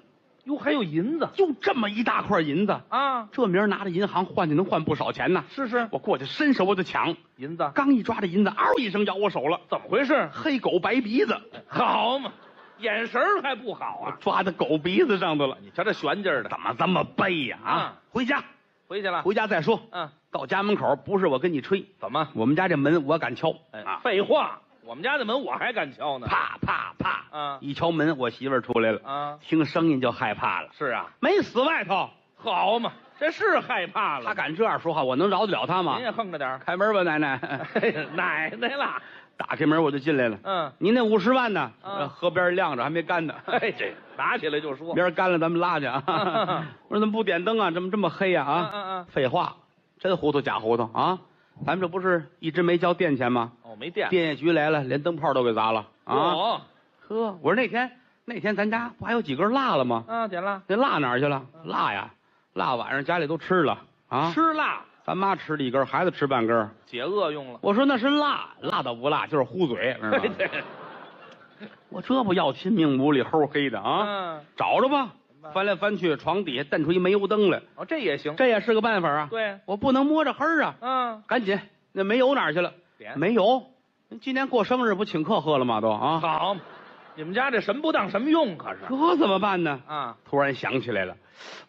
B: 哟，还有银子
A: 就这么一大块银子，
B: 啊？
A: 这名儿拿着银行换去能换不少钱呢。
B: 是是，
A: 我过去伸手我就抢，
B: 银子
A: 刚一抓这银子，嗷一声咬我手了，
B: 怎么回事？
A: 黑狗白鼻子，
B: 好嘛，眼神儿还不好
A: 我
B: 啊！
A: 抓在狗鼻子上头了。
B: 你瞧这悬劲儿的，
A: 怎么这么背呀、啊？
B: 嗯
A: 回家，
B: 回去了。
A: 回家再说。
B: 嗯，
A: 到家门口，不是我跟你吹，
B: 怎么？
A: 我们家这门我敢敲。
B: 哎，
A: 啊，
B: 废话，我们家的门我还敢敲呢。
A: 啪啪啪！
B: 嗯
A: 一敲门，我媳妇儿出来了，
B: 啊，
A: 听声音就害怕了。
B: 是啊，
A: 没死外头，
B: 好嘛，这是害怕了。
A: 他敢这样说话，我能饶得了他吗
B: 您？也横着点儿。
A: 开门吧，奶
B: 嘿
A: 奶。
B: 奶奶啦，
A: 打开门我就进来了。
B: 嗯，
A: 您那五十万呢？
B: 嗯
A: 呃河边晾着，还没干呢。
B: 哎，这拿起来就说。
A: 明儿干了咱们拉 去啊！
B: 嗯
A: 我说怎么不点灯啊？怎么这么黑呀？
B: 嗯
A: 啊，
B: 嗯嗯，
A: 废话，真糊涂假糊涂啊！咱们这不是一直没交电钱吗？
B: 哦，没电
A: 电业局来了，连灯泡都给砸了啊！
B: 哦，
A: 呵，我说那天那天咱家不还有几根蜡了吗？
B: 啊，点了，
A: 那蜡哪儿去了？蜡呀，蜡晚上家里都吃了啊！
B: 吃辣
A: 咱妈吃了一根，孩子吃半根。
B: 解饿用了。
A: 我说那是蜡，蜡倒不蜡，就是糊嘴，知道吗 我这不要亲命，屋里齁黑的啊！
B: 嗯，
A: 找着吧
B: 吧，
A: 翻来翻去，床底下瞪出一煤油灯来，
B: 哦，这也行。
A: 这也是个办法啊。
B: 对，
A: 我不能摸着黑儿啊！
B: 嗯，
A: 赶紧，那煤油哪儿去了？
B: 点
A: 煤油，今年过生日不请客喝了吗？都啊！
B: 好嘛，你们家这什么不当什么用？可是
C: 这怎么办呢？
B: 啊，
C: 突然想起来了，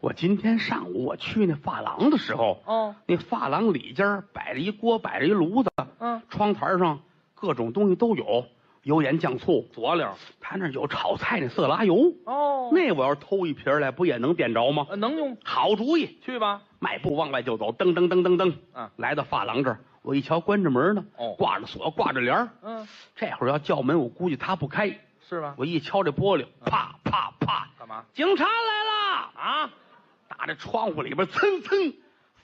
C: 我今天上午我去那发廊的时候，
B: 哦，
C: 那发廊里间儿摆着一锅，摆着一炉子，
B: 嗯，
C: 窗台上各种东西都有，油盐酱醋，
B: 佐料
C: 他那儿有炒菜那色拉油，
B: 哦
C: 那我要是偷一瓶儿来，不也能点着吗？
B: 呃能用，
C: 好主意，
B: 去吧。
C: 迈步往外就走，噔噔噔噔噔，
B: 嗯
C: 来到发廊这儿，我一瞧关着门呢，
B: 哦
C: 挂着锁，挂着帘儿，
B: 嗯，
C: 这会儿要叫门，我估计他不开，
B: 是吧？
C: 我一敲这玻璃，啪啪啪，
B: 干嘛
C: 警察来了！
B: 啊？
C: 打这窗户里边蹭蹭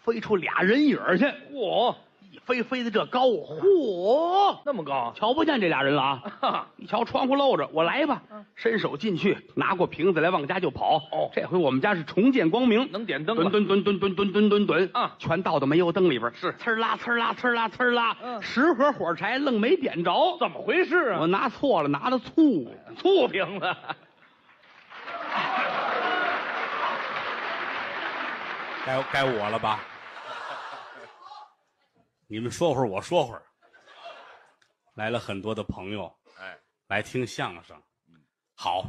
C: 飞出俩人影儿去，
B: 嚯，
C: 一飞飞的这高，嚯，
B: 那么高
C: 瞧不见这俩人了啊！
B: 啊？
C: 一瞧窗户露着，我来吧
B: 嗯，
C: 伸手进去，拿过瓶子来往家就跑。
B: 哦
C: 这回我们家是重见光明，
B: 能点灯
C: 蹲
B: 了？
C: 蹲蹲蹲蹲蹲蹲蹲蹲
B: 啊
C: 全倒到煤油灯里边，
B: 是
C: 呲儿啦呲儿啦呲儿啦呲儿啦，
B: 嗯
C: 十盒火柴愣没点着，
B: 怎么回事
C: 我
B: 啊？
C: 拿错了，拿的醋，
B: 醋瓶子，
A: 该该我了吧？你们说会儿，我说会儿。来了很多的朋友
B: 哎，嗯
A: 来听相声，好，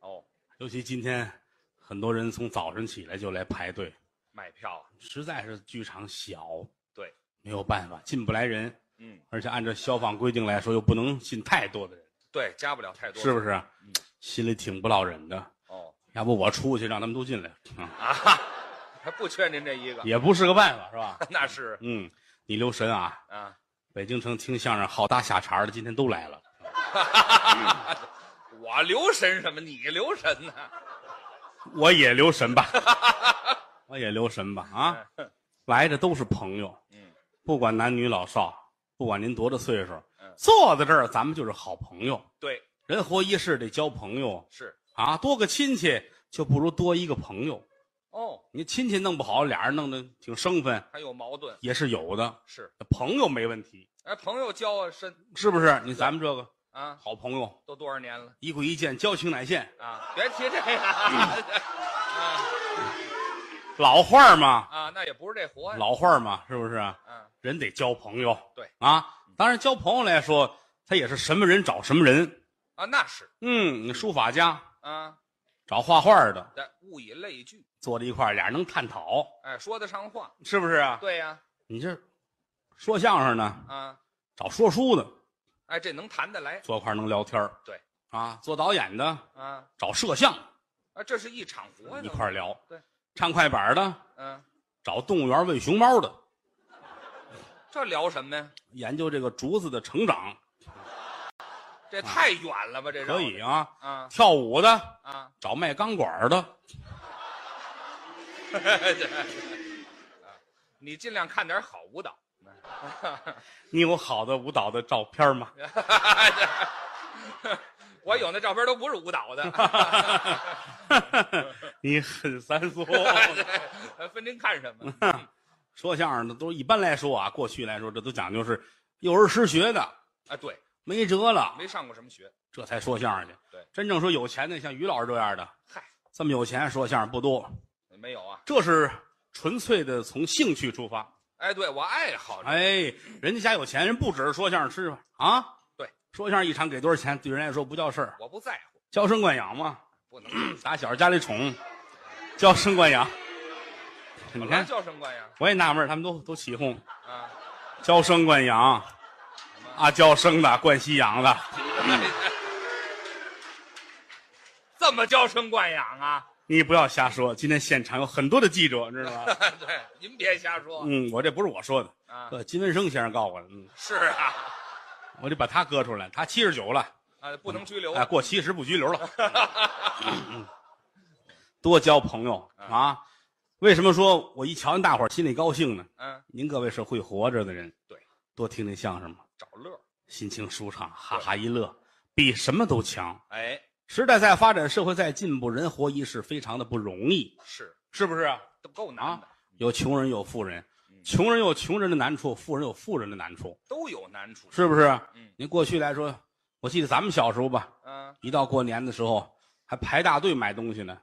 B: 哦，
A: 尤其今天很多人从早晨起来就来排队，
B: 买票，
A: 实在是剧场小，
B: 对，
A: 没有办法进不来人，
B: 嗯，
A: 而且按照消防规定来说，又不能进太多的人，
B: 对，加不了太
A: 是不是？心里挺不落忍的。
B: 嗯哦
A: 要不我出去让他们都进 来，啊，
B: 啊，还不缺您这一个，
A: 也不是个办法，是吧？
B: 那是
A: 嗯，你留神啊，
B: 啊，
A: 北京城听相声好搭下茬儿的，今天都来了。
B: 我留神什么？你留神呢？
A: 我也留神吧， 我也留神吧啊！来的都是朋友，
B: 嗯，
A: 不管男女老少，不管您多大岁数
B: 嗯，
A: 坐在这儿咱们就是好朋友。
B: 对，
A: 人活一世得交朋友
B: 是
A: 啊，多个亲戚就不如多一个朋友。
B: 哦，
A: 你亲戚弄不好，俩人弄得挺生分，
B: 还有矛盾
A: 也是有的。
B: 是，
A: 朋友没问题，
B: 哎，朋友交啊深
A: 是不是？你咱们这个
B: 啊，
A: 好朋友，
B: 都多少年了
A: 一跪一见，交情乃现，
B: 啊？别提这个
A: 嗯
B: 啊
A: 老话儿嘛，
B: 啊，那也不是这活呀，
A: 老话儿嘛，是不是啊？
B: 嗯
A: 人得交朋友，
B: 对
A: 啊，当然交朋友来说，他也是什么人找什么人。
B: 啊，那是
A: 嗯，你书法家
B: 啊，
A: 找画画的，
B: 但物以类聚，
A: 坐在一块儿，俩人能探讨，
B: 哎，说得上话，
A: 是不是啊？
B: 对呀
A: 你这说相声呢，
B: 啊，
A: 找说书的，
B: 哎，这能谈得来
A: 坐一块儿能聊天儿
B: 对，
A: 啊，做导演的
B: 啊
A: 找摄像
B: 啊，这是一场活呀，
A: 一块儿聊，
B: 对，
A: 唱快板的
B: 嗯，
A: 找动物园喂熊猫的，
B: 这聊什么呀？
A: 研究这个竹子的成长，
B: 这太远了吧？这
A: 可
B: 绕的
A: 以啊。
B: 啊
A: 跳舞的
B: 啊，
A: 找卖钢管的，
B: 你尽量看点好舞蹈。
A: 你有好的舞蹈的照片吗？
B: 我有那照片都不是舞蹈的，
A: 你很 三俗。
B: 分您看什么？
A: 说相声的都一般来说啊，过去来说这都讲究是幼儿失学的，
B: 啊，对，
A: 没辙了，
B: 没上过什么学，
A: 这才说相声去。
B: 对，
A: 真正说有钱的，像于老师这样的，
B: 嗨，
A: 这么有钱说相声不多，
B: 没有啊？
A: 这是纯粹的从兴趣出发。
B: 哎，对我爱好这，
A: 哎，人家家有钱，人不只是说相声吃吧啊？
B: 对，
A: 说相声一场给多少钱，对人来说不叫事儿，
B: 我不在乎，
A: 娇生惯养嘛，
B: 不能，
A: 打小家里宠，娇生惯养。你
B: 本来
A: 看，
B: 娇生惯养
A: 我也纳闷儿，他们都都起哄。
B: 啊。
A: 娇生惯养，阿娇生的，惯西洋的，
B: 这么娇生惯养啊？
A: 你不要瞎说。今天现场有很多的记者，知道 吧？
B: 对，您别瞎说
A: 嗯，我这不是我说的，
B: 啊！
A: 呃，金文生先生告诉我的，嗯，
B: 是啊，
A: 我得把他搁出来。他七十九了，
B: 啊，不能拘留
A: 哎，过七十不拘留了。嗯多交朋友
B: 嗯
A: 啊！为什么说我一瞧见大伙儿心里高兴呢？
B: 嗯，
A: 您各位是会活着的人，
B: 对，
A: 多听听相声嘛，
B: 找乐儿。
A: 心情舒畅，哈哈一乐，比什么都强。
B: 哎，
A: 时代在发展，社会在进步，人活一世非常的不容易，
B: 是，
A: 是不是啊？
B: 都够难的，
A: 有穷人，有富人，
B: 嗯
A: 穷人有穷人的难处，富人有富人的难处，
B: 都有难处。
A: 是不是？
B: 嗯
A: 您过去来说，我记得咱们小时候吧，
B: 嗯，
A: 一到过年的时候还排大队买东西呢，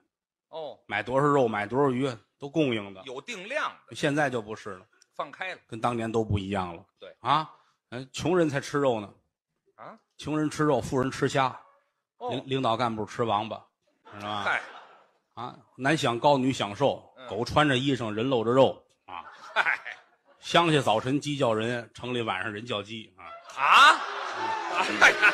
B: 哦，
A: 买多少肉，买多少鱼都供应的。
B: 有定量的，
A: 现在就不是了，
B: 放开了
A: 跟当年都不一样了。
B: 对
A: 啊，嗯，穷人才吃肉呢，哦
B: 啊？
A: 穷人吃肉，富人吃虾，
B: 哦
A: 领领导干部吃王八，知道吗？
D: 嗨
A: 啊，男享高，女享受，狗穿着衣裳，人露着肉啊。
D: 嗯嗨
A: 乡下早晨鸡叫人，城里晚上人叫鸡啊。
D: 啊！哎呀，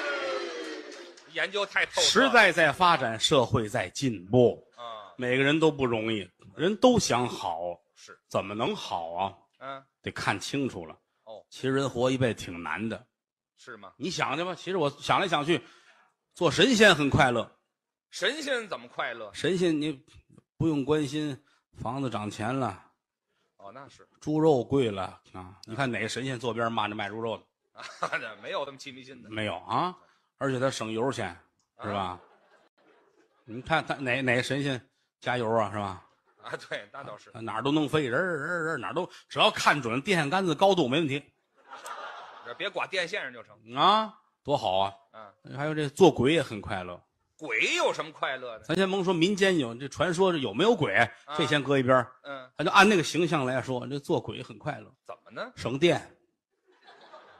D: 研究太透彻了，
A: 时代在发展，社会在进步，
B: 啊
D: 嗯
A: 每个人都不容易，人都想好，
D: 是
A: 怎么能好啊？
D: 嗯，
A: 得看清楚了。
D: 哦，
A: 其实人活一辈子挺难的，
D: 是吗？
A: 你想去吧。其实我想来想去，做神仙很快乐。
D: 神仙怎么快乐？
A: 神仙你不用关心房子涨钱了，
D: 哦，那是
A: 猪肉贵了啊！你看哪个神仙坐边骂着卖猪肉的
D: 啊，那没 有这么气迷信的，
A: 没有啊？而且他省油钱是吧？
D: 啊
A: 你看他哪哪个神仙加油啊是吧？
D: 啊，对，那倒是，
A: 哪儿都弄飞，人儿人儿人儿哪儿都只要看准电线杆子高度没问题
D: 这别管电线上就成。
A: 啊，多好啊！
D: 嗯，
A: 还有这做鬼也很快乐。
D: 鬼有什么快乐的？
A: 咱先甭说民间有这传说有没有鬼，这先搁一边儿，
D: 嗯，
A: 咱就按那个形象来说，这做鬼很快乐，
D: 怎么呢？
A: 省电。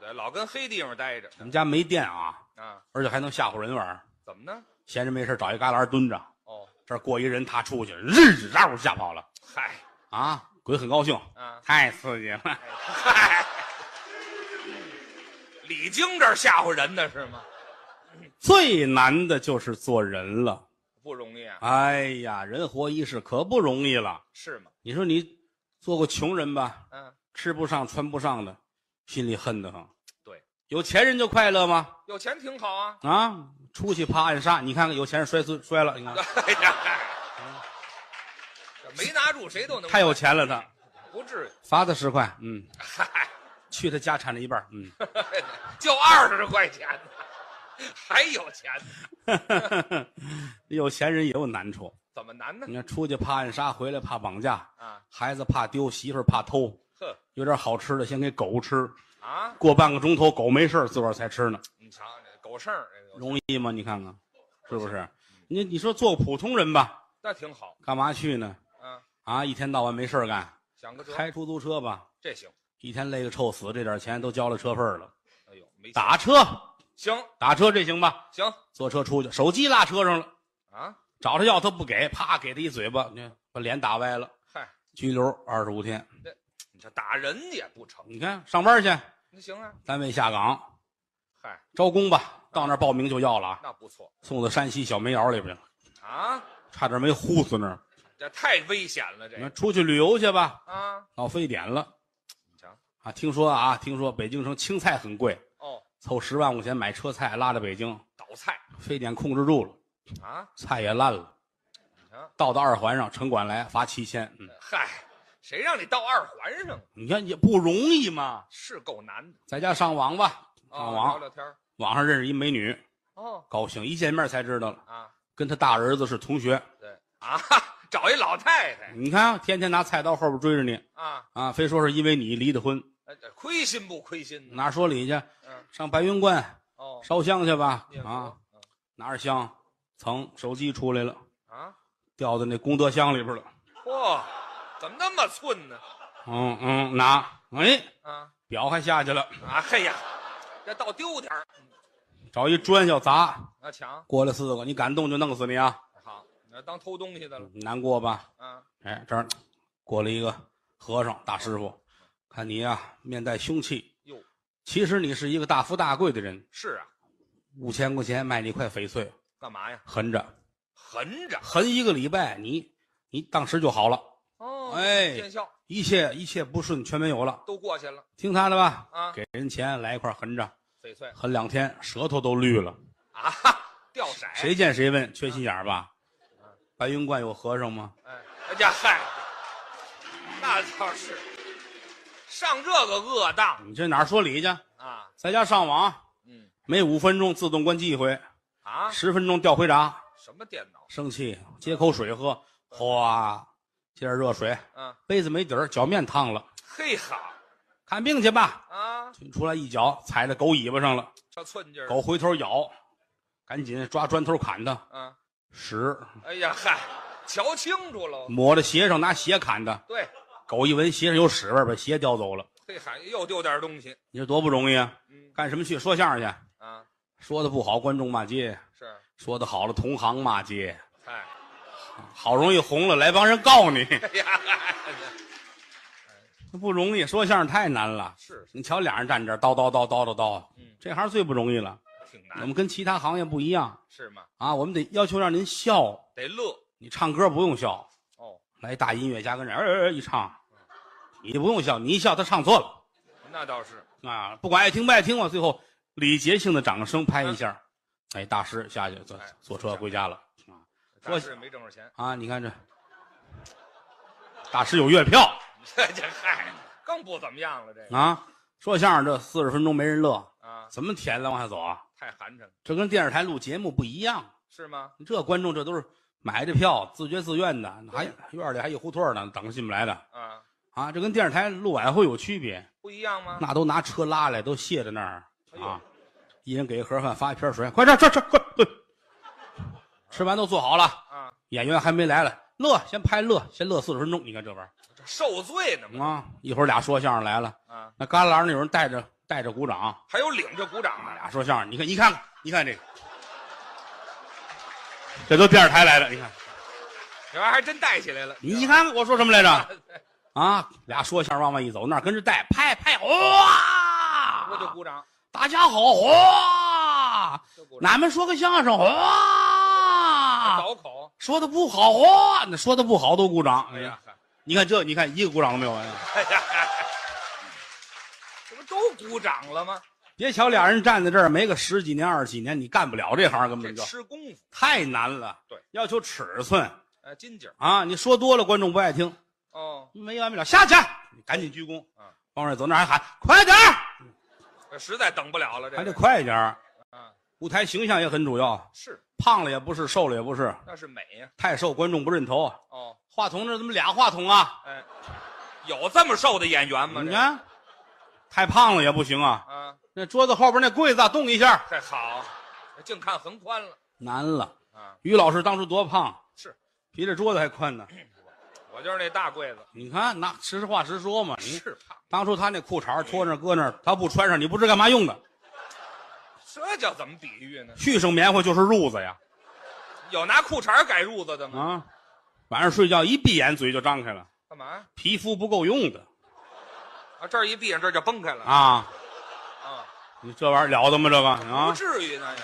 D: 对，老跟黑地方待着
A: 我们家没电啊，
D: 啊？
A: 而且还能吓唬人玩儿。
D: 怎么呢？
A: 闲着没事找一旮旯蹲着，
D: 哦，
A: 这儿过一人，他出去，日然后吓跑了
D: 嗨
A: 啊！鬼很高兴，
D: 啊，
A: 太刺激了。
D: 哎嗨，李菁这儿吓唬人的是吗？
A: 最难的就是做人了。
D: 不容易啊，
A: 哎呀，人活一世可不容易了。
D: 是吗？
A: 你说你做过穷人吧，
D: 嗯，
A: 吃不上穿不上的，心里恨得很。
D: 对，
A: 有钱人就快乐吗？
D: 有钱挺好啊。
A: 啊，出去啪暗杀，你看看有钱人摔死摔了，你看
D: 哎呀，这没拿住谁都能
A: 太有钱了他，
D: 不至于，
A: 罚他十块， 嗯，
D: 嗨，
A: 去他家产的一半， 嗯。
D: 就二十块钱呢，还有钱呢，
A: 有钱人也有难处，
D: 怎么难呢
A: 你？看出去怕暗杀，回来怕绑架，
D: 啊，
A: 孩子怕丢，媳妇儿怕偷。
D: 呵
A: 有点好吃的先给狗吃，
D: 啊，
A: 过半个钟头狗没事儿自个儿才吃呢，
D: 你瞧这狗剩儿这个，
A: 容易吗？你看看，是不是？你你说做个普通人吧，
D: 那挺好，
A: 干嘛去呢？
D: 嗯，
A: 啊，一天到晚没事儿干，
D: 想个辙，
A: 开出租车吧，
D: 这行，
A: 一天累个臭死，这点钱都交了车费了。
D: 哎呦，没
A: 打车，
D: 行
A: 打车这行吧？
D: 行
A: 坐车出去，手机落车上了，
D: 啊，
A: 找他要他不给，啪给他一嘴巴，你看把脸打歪了，
D: 嗨，
A: 拘留二十五天。
D: 你这打人也不成，
A: 你看上班去，
D: 那行啊，
A: 单位下岗
D: 嗨，
A: 招工吧，到那儿报名就要了啊，
D: 那不错
A: 送到山西小煤窑里边去了，
D: 啊，
A: 差点没呼死那儿。
D: 这太危险了，这
A: 你
D: 个
A: 看出去旅游去吧，
D: 啊，
A: 到非典了
D: 你瞧，
A: 啊！听说啊，听说北京城青菜很贵，
D: 哦，
A: 凑十万块钱买车菜拉到北京，
D: 倒菜
A: 非典控制住了，
D: 啊，
A: 菜也烂了
D: 啊。
A: 到到二环上，城管来罚七千。嗯，
D: 嗨，谁让你到二环上了？
A: 你看也不容易嘛，
D: 是够难的
A: 在家上网吧，
D: 啊，
A: 上
D: 聊
A: 网，
D: 聊天儿
A: 网上认识一美女，
D: 哦
A: 高兴，一见面才知道了，
D: 啊，
A: 跟他大儿子是同学。
D: 对啊，找一老太太
A: 你看，啊天天拿菜刀后边追着你
D: 啊，
A: 啊，非说是因为你离的婚，
D: 哎这亏心不亏心呢？
A: 哪说理去？
D: 嗯，
A: 上白云观
D: 哦，
A: 烧香去吧
D: 念！佛
A: 啊，拿着香，噌，手机出来了，
D: 啊，
A: 掉到那功德箱里边了。
D: 嚯，怎么那么寸呢？
A: 嗯嗯，拿，哎，
D: 啊
A: 表还下去了，
D: 啊，嘿呀，这倒丢点儿
A: 找一砖要砸，
D: 啊，抢
A: 过来四个，你敢动就弄死你啊！
D: 好，那当偷东西的了
A: 难过吧？
D: 啊，
A: 哎，这儿过来一个和尚大师傅，看你呀、面带凶气，
D: 哟，
A: 其实你是一个大富大贵的人，
D: 是啊，
A: 五千块钱卖你一块翡翠，
D: 干嘛呀？
A: 横着
D: 横着
A: 横一个礼拜，你你当时就好了，
D: 哦，
A: 哎
D: 见效
A: 一切一切不顺全没有了，
D: 都过去了
A: 听他的吧，
D: 啊，
A: 给人钱来一块横着，
D: 翡翠
A: 横两天舌头都绿了，
D: 啊，哈，掉色
A: 谁见谁问，缺心眼儿吧？白云观有和尚吗？
D: 哎，哎呀嗨，那倒是，上这个恶当
A: 你这哪儿说理去？
D: 啊，
A: 在家上网，
D: 嗯
A: 每五分钟自动关机一回，
D: 啊，
A: 十分钟掉回闸，
D: 什么电脑？
A: 生气接口水喝，哗，接点热水，
D: 啊，
A: 杯子没底儿，脚面烫了，
D: 嘿哈
A: 看病去吧。
D: 啊，
A: 出来一脚踩在狗尾巴上了，
D: 这寸劲儿，
A: 狗回头咬，赶紧抓砖头砍它，
D: 啊，
A: 屎
D: 哎呀嗨，瞧清楚喽，
A: 抹着鞋上拿鞋砍它，
D: 对，
A: 狗一闻鞋上有屎味儿，把鞋叼走了。
D: 嘿哈，又丢点东西，
A: 你说多不容易啊！
D: 嗯
A: 干什么去？说相声去，
D: 啊，
A: 说的不好，观众骂街；
D: 是
A: 说的好了，同行骂街，
D: 哎，
A: 好容易红了，来帮人告你，
D: 哎呀，
A: 不容易。说相声太难了，
D: 是
A: 你瞧俩人站这儿叨叨叨叨叨叨，这行最不容易了。
D: 挺
A: 我
D: 难，
A: 们跟其他行业不一样
D: 是吗？
A: 啊，我们得要求让您笑。
D: 得乐
A: 你唱歌不用笑，
D: 哦，
A: 来大音乐家跟这儿、呃、一唱，你不用笑，你一笑他唱错了
D: 那倒是，
A: 啊！不管爱听不爱听嘛，最后礼节性的掌声拍一下，哎，大师下去坐
D: 哎
A: 坐车回家了啊
D: 大师也没挣着钱，
A: 啊！你看这大师有月票
D: 这这嗨，更不怎么样了，这个
A: 啊！说相声这四十分钟没人乐，
D: 啊，
A: 怎么甜了往下走啊？
D: 太寒碜了，
A: 这跟电视台录节目不一样，
D: 是吗？
A: 这观众这都是买着票自觉自愿的，还院里还一胡同呢，等着进不来的
D: 啊，
A: 啊！这跟电视台录晚会有区别。
D: 不一样吗？
A: 那都拿车拉来，都卸在那儿
D: 哎呦
A: 啊，一人给一盒饭，发一瓶水，快吃吃吃，快快！吃完都做好了，
D: 啊，
A: 演员还没来了，乐先拍乐，先乐四十分钟，你看这玩意
D: 这受罪呢
A: 儿
D: 嘛，
A: 啊！一会儿俩说相声来了，
D: 啊，
A: 那旮旯那有人带着带着鼓掌，
D: 还有领着鼓掌的，
A: 俩说相声，你看你看看，你看这个，这都电视台来的，你看
D: 这玩意儿还真带起来了，
A: 你一看看我说什么来着啊？俩说相声往外一走，那儿跟着带拍拍，哇！
D: 我就鼓掌，
A: 大家好，哇！
D: 就鼓掌，
A: 俺们说个相声，哇！
D: 倒口，
A: 说的不好，哇！那说的不好都鼓掌。
D: 哎呀，嗨
A: 你看这，你看一个鼓掌都没有。哎呀
D: 哎呀，嗨这不都鼓掌了吗？
A: 别瞧俩人站在这儿，没个十几年、二十几年，你干不了这行，根
D: 这
A: 本就
D: 吃功夫，
A: 太难了。
D: 对，
A: 要求尺寸
D: 呃，金姐儿
A: 啊！你说多了，观众不爱听，
D: 哦，
A: 没完没了。下去，赶紧鞠躬
D: 嗯。
A: 往外走，那儿还喊快点儿，
D: 这实在等不了了，这
A: 还得
D: 个
A: 快一点儿。
D: 啊，
A: 舞台形象也很主要，
D: 是
A: 胖了也不是，瘦了也不是，
D: 那是美呀，
A: 太瘦观众不认头。啊
D: 哦，
A: 话筒这怎么俩话筒啊？
D: 哎，有这么瘦的演员吗？
A: 你
D: 这
A: 看，太胖了也不行啊！
D: 啊，
A: 那桌子后边那柜子啊动一下，
D: 这好，净看横宽了
A: 难了。
D: 啊！
A: 于老师当初多胖，
D: 是
A: 比这桌子还宽呢。
D: 我就是那大柜子，
A: 你看，那实话实说嘛。你
D: 是胖，
A: 当初他那裤衩脱那儿搁那儿，他不穿上，你不知干嘛用的。
D: 这叫怎么比喻呢？
A: 续上棉花就是褥子呀！
D: 有拿裤衩改褥子的
A: 啊，
D: 吗？
A: 晚上睡觉一闭眼嘴就张开了，
D: 干嘛
A: 皮肤不够用的
D: 啊？这儿一闭上，这儿就崩开了
A: 啊！
D: 啊！
A: 你这玩意儿了得吗？这个
D: 不
A: 啊，
D: 至于那样，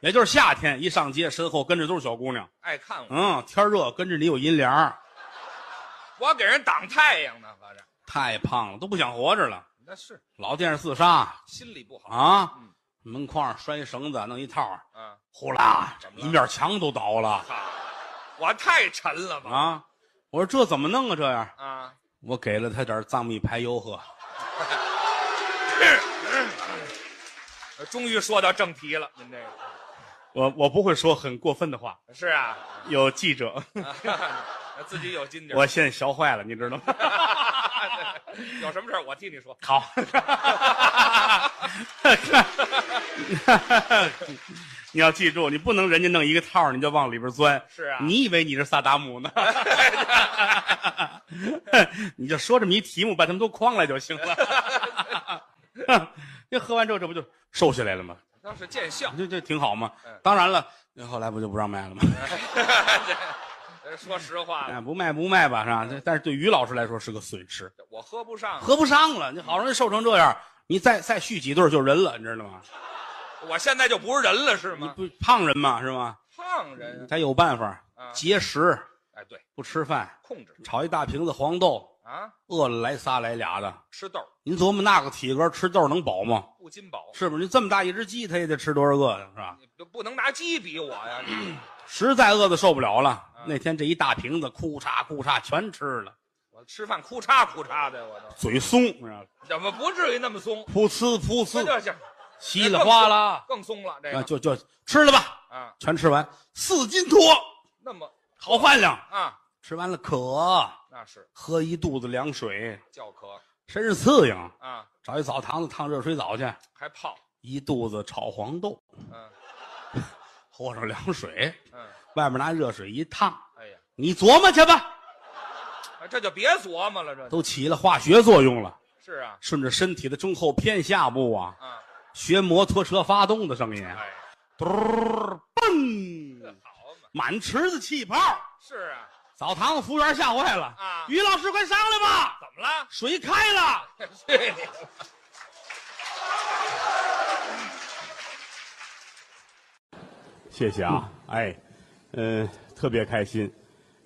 A: 也就是夏天一上街，身后跟着都是小姑娘。
D: 爱看我，
A: 嗯，天热跟着你有阴凉儿，
D: 我给人挡太阳呢，合着
A: 太胖了都不想活着了。
D: 那是
A: 老电视自杀，
D: 心里不好
A: 啊
D: 嗯，
A: 门框上拴一绳子，弄一套儿，
D: 啊！
A: 呼啦，
D: 怎么了
A: 一面墙都倒了
D: 好，我太沉了吧
A: 啊！我说这怎么弄啊？这样，
D: 啊！
A: 我给了他点藏秘排油喝，
D: 终于说到正题了，您这个
A: 我我不会说很过分的话。
D: 是啊，
A: 有记者，
D: 自己有金点儿。
A: 我现在学坏了，你知道吗？
D: 有什么事儿我替你说。
A: 好， 你要记住，你不能人家弄一个套儿你就往里边钻。
D: 是啊
A: 你以为你是萨达姆呢？ 你就说这么一题目，把他们都框来就行了。 这喝完之后，这不就瘦下来了吗？
D: 那是见笑，
A: 这这挺好嘛
D: 啊嗯。
A: 当然了，后来不就不让卖了吗？
D: 呃 说实话了，
A: 哎不卖不卖吧，是吧？这但是对于老师来说是个损失，
D: 我喝不上，
A: 合不上了。你好容易瘦成这样，你再再续几对儿就人了，你知道吗？
D: 我现在就不是人了，是
A: 你
D: 吗？
A: 不胖人嘛，是吧？
D: 胖人，
A: 他有办法，
D: 啊
A: 节食，
D: 哎，对，
A: 不吃饭，
D: 控制
A: 炒一大瓶子黄豆，
D: 啊，
A: 饿了来仨来俩的。
D: 吃豆儿
A: 您琢磨那个体格吃豆能饱吗？
D: 不金饱，
A: 是不是？你这么大一只鸡，它也得吃多少个呀？是吧？
D: 你不不能拿鸡比我呀，
A: 实在饿的受不了了，那天这一大瓶子，库嚓库嚓全吃了，
D: 我吃饭哭嚓哭嚓的，我都
A: 嘴松，是吧
D: 怎么不至于那么松？
A: 噗呲噗
D: 这
A: 呲，
D: 就行，
A: 稀里哗啦，
D: 更松了这
A: 啊，
D: 个
A: 就就吃了吧，
D: 啊，
A: 全吃完，四斤多，
D: 那么
A: 好饭量。
D: 啊，
A: 吃完了渴，
D: 那是
A: 喝一肚子凉水，
D: 叫渴
A: 身上刺痒，
D: 啊，
A: 找一澡堂子烫热水澡去，
D: 还泡，
A: 一肚子炒黄豆，
D: 嗯
A: 和上凉水，
D: 嗯，
A: 外面拿热水一烫，
D: 哎呀，
A: 你琢磨去吧，
D: 哎这就别琢磨了，这就
A: 都起了化学作用了，
D: 是啊
A: 顺着身体的中后偏下部啊，
D: 啊，
A: 学摩托车发动的声音，
E: 哎，
A: 嘟儿
E: 这
A: 嘣，
E: 好嘛，
A: 满池子气泡。
E: 是啊，
A: 澡堂子服务员吓坏了
E: 啊
A: 于老师快上来吧，
E: 怎么 了？
A: 水开了。
E: 去你的！
A: 谢谢啊，哎，嗯、特别开心，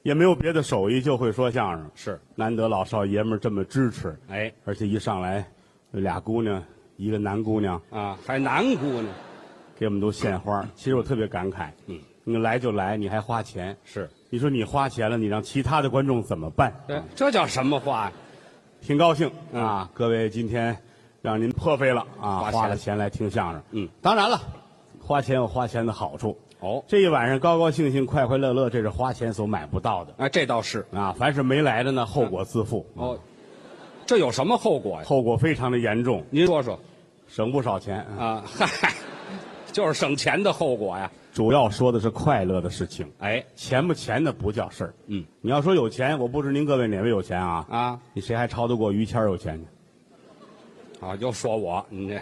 A: 也没有别的手艺，就会说相声，是难得老少爷们儿这么支持，
D: 哎
A: 而且一上来呃俩姑娘，一个男姑娘，
D: 啊，还男姑娘嗯
A: 给我们都献花。其实我特别感慨，嗯，你来就来，你还花钱，
D: 是，
A: 你说你花钱了，你让其他的观众怎么办？
D: 这这叫什么话呀？
A: 挺高兴啊，各位今天让您破费了啊，
D: 花钱
A: 花了钱来听相声，
D: 嗯，
A: 当然了，花钱有花钱的好处，
D: 哦，
A: 这一晚上高高兴兴、快快乐乐，这是花钱所买不到的
D: 啊，这倒是
A: 啊！凡是没来的呢，后果自负，啊
D: 哦，这有什么后果呀？
A: 后果非常的严重，
D: 您说说
A: 省不少钱。啊、
D: 啊，嗨，就是省钱的后果呀。
A: 主要说的是快乐的事情，
D: 哎，
A: 钱不钱的不叫事儿。
D: 嗯，
A: 你要说有钱，我不知您各位哪位有钱啊？
D: 啊，
A: 你谁还超得过于谦儿有钱呢？
D: 啊，又说我，你这，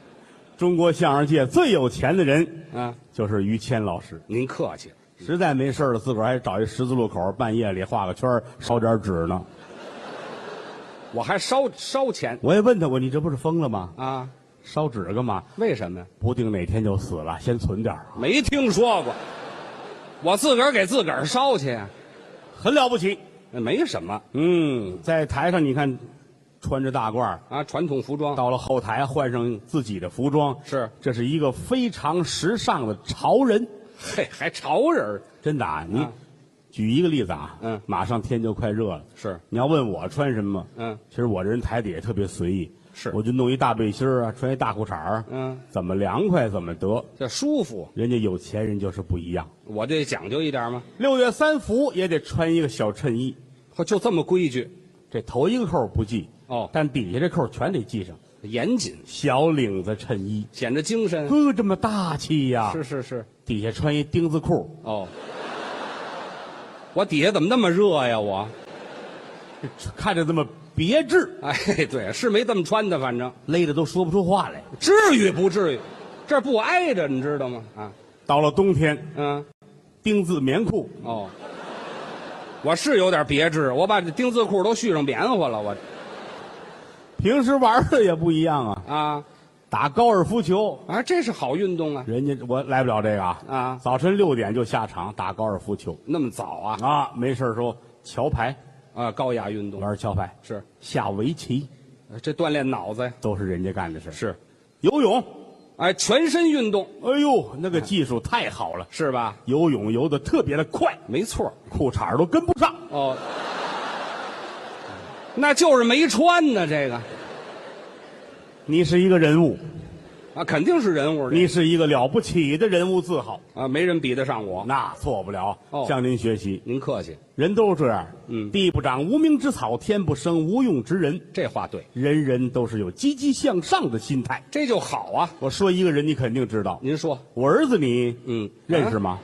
A: 中国相声界最有钱的人
D: 啊，嗯
A: 就是于谦老师。
D: 您客气了，
A: 实在没事儿了，自个儿还找一十字路口，半夜里画个圈儿烧点纸呢。
D: 我还烧烧钱
A: 我也问他过，你这不是疯了吗？
D: 啊？
A: 烧纸干嘛？
D: 为什么呀？
A: 不定哪天就死了，先存点儿啊
D: 没听说过，我自个儿给自个儿烧去呀，
A: 很了不起。
D: 那没什么
A: 嗯，在台上你看，穿着大褂儿，
D: 啊，传统服装
A: 到了后台换上自己的服装，
D: 是
A: 这是一个非常时尚的潮人，
D: 嘿，还潮人儿
A: 真的啊！你
D: 啊
A: 举一个例子啊，
D: 嗯
A: 马上天就快热了，
D: 是
A: 你要问我穿什么，
D: 嗯，
A: 其实我这人台底下特别随意，
D: 是
A: 我就弄一大背心儿啊，穿一大裤衩儿，
D: 嗯，
A: 怎么凉快怎么得，
D: 这舒服，
A: 人家有钱人就是不一样。
D: 我这讲究一点吗？
A: 六月三伏也得穿一个小衬衣，
D: 呵就这么规矩
A: 这头一个扣儿不系，
D: 哦，
A: 但底下这扣儿全得系上，
D: 严谨，
A: 小领子衬衣。
D: 显着精神。
A: 呵，这么大气呀、
D: 是是是，
A: 底下穿一钉子裤，
D: 哦，我底下怎么那么热呀？我，
A: 看着这么别致，
D: 哎，对，是没这么穿的，反正
A: 勒得都说不出话来。
D: 至于不至于？这不挨着，你知道吗？啊，
A: 到了冬天，
D: 嗯，
A: 钉子棉裤，
D: 哦，我是有点别致，我把这丁字裤都续上棉花了，我
A: 平时玩的也不一样啊。
D: 啊
A: 打高尔夫球，
D: 啊，这是好运动啊
A: 人家我来不了这个啊。
D: 啊
A: 早晨六点就下场打高尔夫球
D: 那么早啊
A: 啊，没事儿时候桥牌
D: 啊，高雅运动
A: 玩桥牌，
D: 是呃
A: 下围棋
D: 这锻炼脑子呀，
A: 都是人家干的事儿。
D: 是，
A: 游泳，
D: 哎，全身运动
A: 哎呦，那个技术太好了，
D: 是吧？
A: 游泳游的特别的快，
D: 没错儿
A: 裤衩儿都跟不上。
D: 哦，嗯那就是没穿呢，这个
A: 你是一个人物，
D: 啊，肯定是人物这
A: 你是一个了不起的人物自豪，
D: 啊，没人比得上我。
A: 那错不了。
D: 哦
A: 向您学习，
D: 您客气，
A: 人都是这样。
D: 嗯
A: 地不长无名之草，天不生无用之人，
D: 这话对，
A: 人人都是有积极向上的心态。
D: 这就好啊。
A: 我说一个人，你肯定知道，
D: 您说，
A: 我儿子你
D: 嗯，
A: 认识
D: 啊
A: 吗？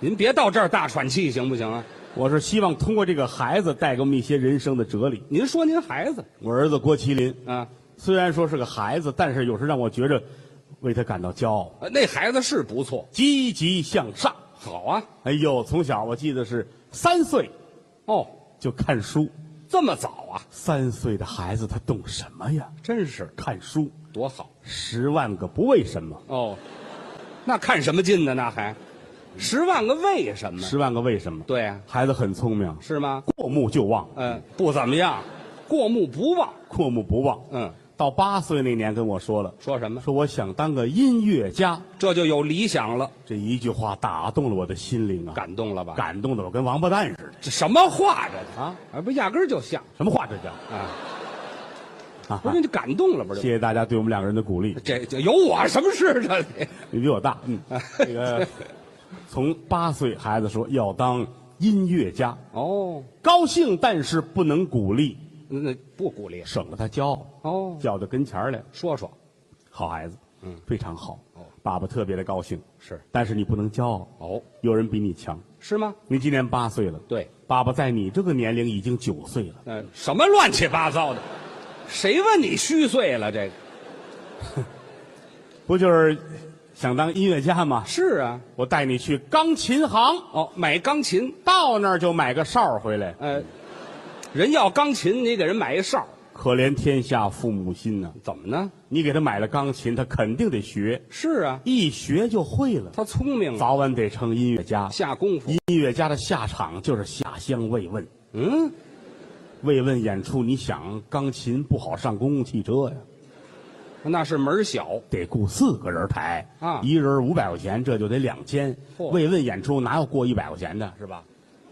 D: 您别到这儿大喘气行不行啊？
A: 我是希望通过这个孩子带给我们一些人生的哲理。
D: 您说您孩子
A: 我儿子郭麒麟
D: 啊，
A: 虽然说是个孩子，但是有时让我觉着为他感到骄傲，
D: 呃那孩子是不错，
A: 积极向上。
D: 好啊。
A: 哎呦，从小我记得是三岁
D: 哦，
A: 就看书。
D: 这么早啊，
A: 三岁的孩子他懂什么呀？
D: 真是
A: 看书，
D: 多好
A: 十万个不为什么，
D: 哦。那看什么劲呢？那还十万个为什么？
A: 十万个为什么。
D: 对啊，
A: 孩子很聪明，
D: 是吗？
A: 过目就忘，
D: 嗯、不怎么样，过目不忘。
A: 过目不忘。
D: 嗯，
A: 到八岁那年跟我说了，
D: 说什么？
A: 说我想当个音乐家。
D: 这就有理想了，
A: 这一句话打动了我的心灵啊，
D: 感动了吧？
A: 感动的我跟王八蛋似的。
D: 这什么话这是
A: 啊，
D: 啊，不压根儿就像
A: 什么话这叫
D: 啊，
A: 啊
D: 不？是你感动了不
A: 谢
D: 是？
A: 谢大家对我们两个人的 鼓励，
D: 这这有我什么事这里？
A: 你比我大，嗯，这个从八岁孩子说要当音乐家，
D: 哦，
A: 高兴但是不能鼓励，
D: 那不鼓励啊
A: 省得他骄傲。
D: 哦，
A: 叫到跟前儿来，
D: 说说
A: 好孩子，
D: 嗯，
A: 非常好。
D: 哦
A: 爸爸特别的高兴，
D: 是
A: 但是你不能骄傲，
D: 哦，
A: 有人比你强。
D: 是吗？
A: 你今年八岁了，
D: 对，
A: 爸爸在你这个年龄已经九岁了，
D: 嗯、什么乱七八糟的？谁问你虚岁了？这个
A: 不就是想当音乐家吗？
F: 是啊，
A: 我带你去钢琴行，
F: 哦，买钢琴，
A: 到那儿就买个哨儿回来。
F: 呃，人要钢琴，你给人买一哨，
A: 可怜天下父母心呐、
F: 怎么呢？
A: 你给他买了钢琴，他肯定得学，
F: 是啊，
A: 一学就会了，
F: 他聪明啊，
A: 早晚得成音乐家。
F: 下功夫。
A: 音乐家的下场就是下乡慰问，
F: 嗯，
A: 慰问演出。你想，钢琴不好上公共汽车呀，
F: 那是门儿小，
A: 得雇四个人抬
F: 啊
A: 一人五百块钱，这就得两千。
F: 嚯
A: 慰问演出哪有过一百块钱的，是吧？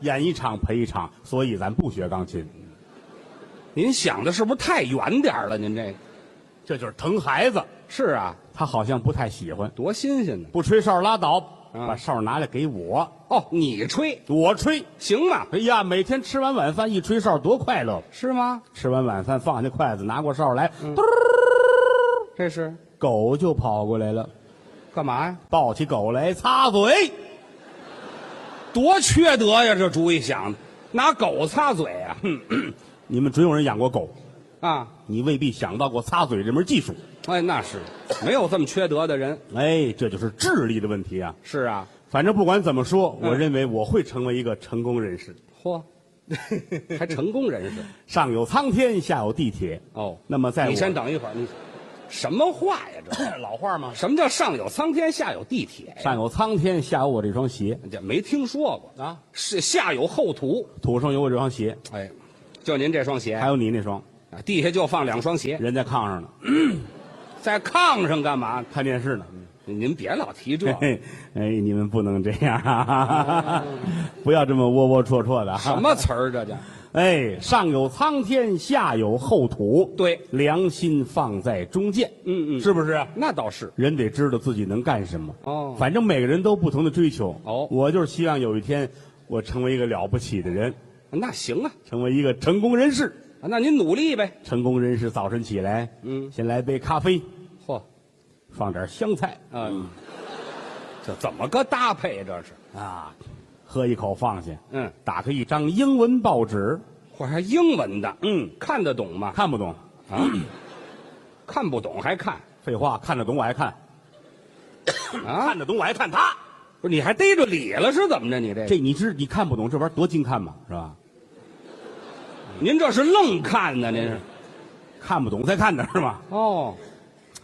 A: 演一场赔一场，所以咱不学钢琴，
F: 您想的是不是太远点儿了？您这个
A: 这就是疼孩子。
F: 是啊，
A: 他好像不太喜欢，
F: 多新鲜呢！
A: 不吹哨拉倒，
F: 啊
A: 把哨拿来给我，
F: 哦，你吹
A: 我吹。
F: 行吗？
A: 哎呀，每天吃完晚饭一吹哨，多快乐！
F: 是吗？
A: 吃完晚饭放下筷子，拿过哨来，
F: 嗯
A: 嘟
F: 这是
A: 狗就跑过来了，
F: 干嘛呀？
A: 抱起狗来擦嘴。
F: 多缺德呀！这主意想的，拿狗擦嘴啊！
A: 你们准有人养过狗，
F: 啊，
A: 你未必想到过擦嘴这门技术。
F: 哎，那是没有这么缺德的人。
A: 哎，这就是智力的问题啊！
F: 是啊，
A: 反正不管怎么说，
F: 嗯
A: 我认为我会成为一个成功人士。
F: 嚯，还成功人士
A: 上有苍天，下有地铁。
F: 哦。
A: 那么在我
F: 你先等一会儿，你什么话呀？ 这
A: 老话嘛，
F: 什么叫上有苍天，下有地铁呀？
A: 上有苍天，下有我这双鞋
F: 这没听说过，
A: 啊，
F: 是下有厚土。
A: 土上有我这双鞋，
F: 哎，就您这双鞋
A: 还有你那双，
F: 啊，地下就放两双鞋，
A: 人在炕上呢，
F: 在炕上干嘛？
A: 看电视呢。
F: 哦您别老提这
A: 嘿， 嘿，哎，你们不能这样啊！ 不要这么窝窝戳戳的啊。
F: 哦什么词儿这叫？
A: 哎，上有苍天，下有厚土。
F: 对
A: 良心放在中间。
F: 嗯嗯
A: 是不是？
F: 那倒是
A: 人得知道自己能干什么。
F: 哦
A: 反正每个人都不同的追求。
F: 哦
A: 我就是希望有一天，我成为一个了不起的人，
F: 那行啊，
A: 成为一个成功人士。
F: 那您努力呗。
A: 成功人士早晨起来，
F: 嗯
A: 先来杯咖啡，
F: 嚯，
A: 放点香菜
F: 嗯，这怎么个搭配？这是，
A: 啊，喝一口放下。
F: 嗯，
A: 打开一张英文报纸，
F: 嚯，还英文的，
A: 嗯，
F: 看得懂吗？
A: 看不懂，
F: 看不懂还看
A: 废话，看得懂我还看，
F: 啊？
A: 看得懂我还看他。
F: 不是，你还逮着理了是怎么着？你这
A: 这你知你看不懂这玩意儿多精看嘛，是吧？
F: 您这是愣看呢？您是
A: 嗯看不懂再看点是吧？
F: 哦，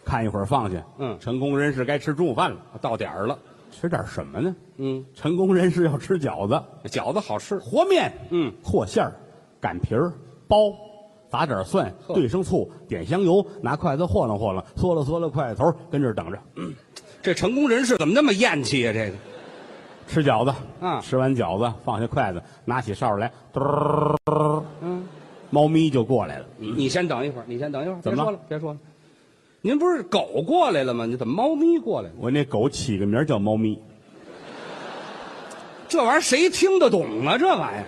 A: 看一会儿放下。
F: 嗯
A: 成功人士该吃中午饭了，
F: 到点儿了，
A: 吃点什么呢？
F: 嗯，
A: 成功人士要吃饺子、
F: 饺子好吃，
A: 和面，
F: 嗯，
A: 和馅儿、擀皮儿、包，撒点蒜，
F: 呵
A: 兑上醋，点香油，拿筷子和弄和弄，嗦了嗦了筷子头，跟这儿等着
F: 这成功人士怎么那么厌气呀、这个
A: 吃饺子。
F: 啊
A: 吃完饺子放下筷子，拿起哨来，嘟儿，嗯猫咪就过来了。
F: 你你先等一会儿，你先等一会儿，
A: 嗯怎
F: 别
A: 么了
F: 说了，别说了。您不是狗过来了吗？你怎么猫咪过来了？
A: 我那狗起个名儿叫猫咪，
F: 这玩意儿谁听得懂啊？这玩意儿，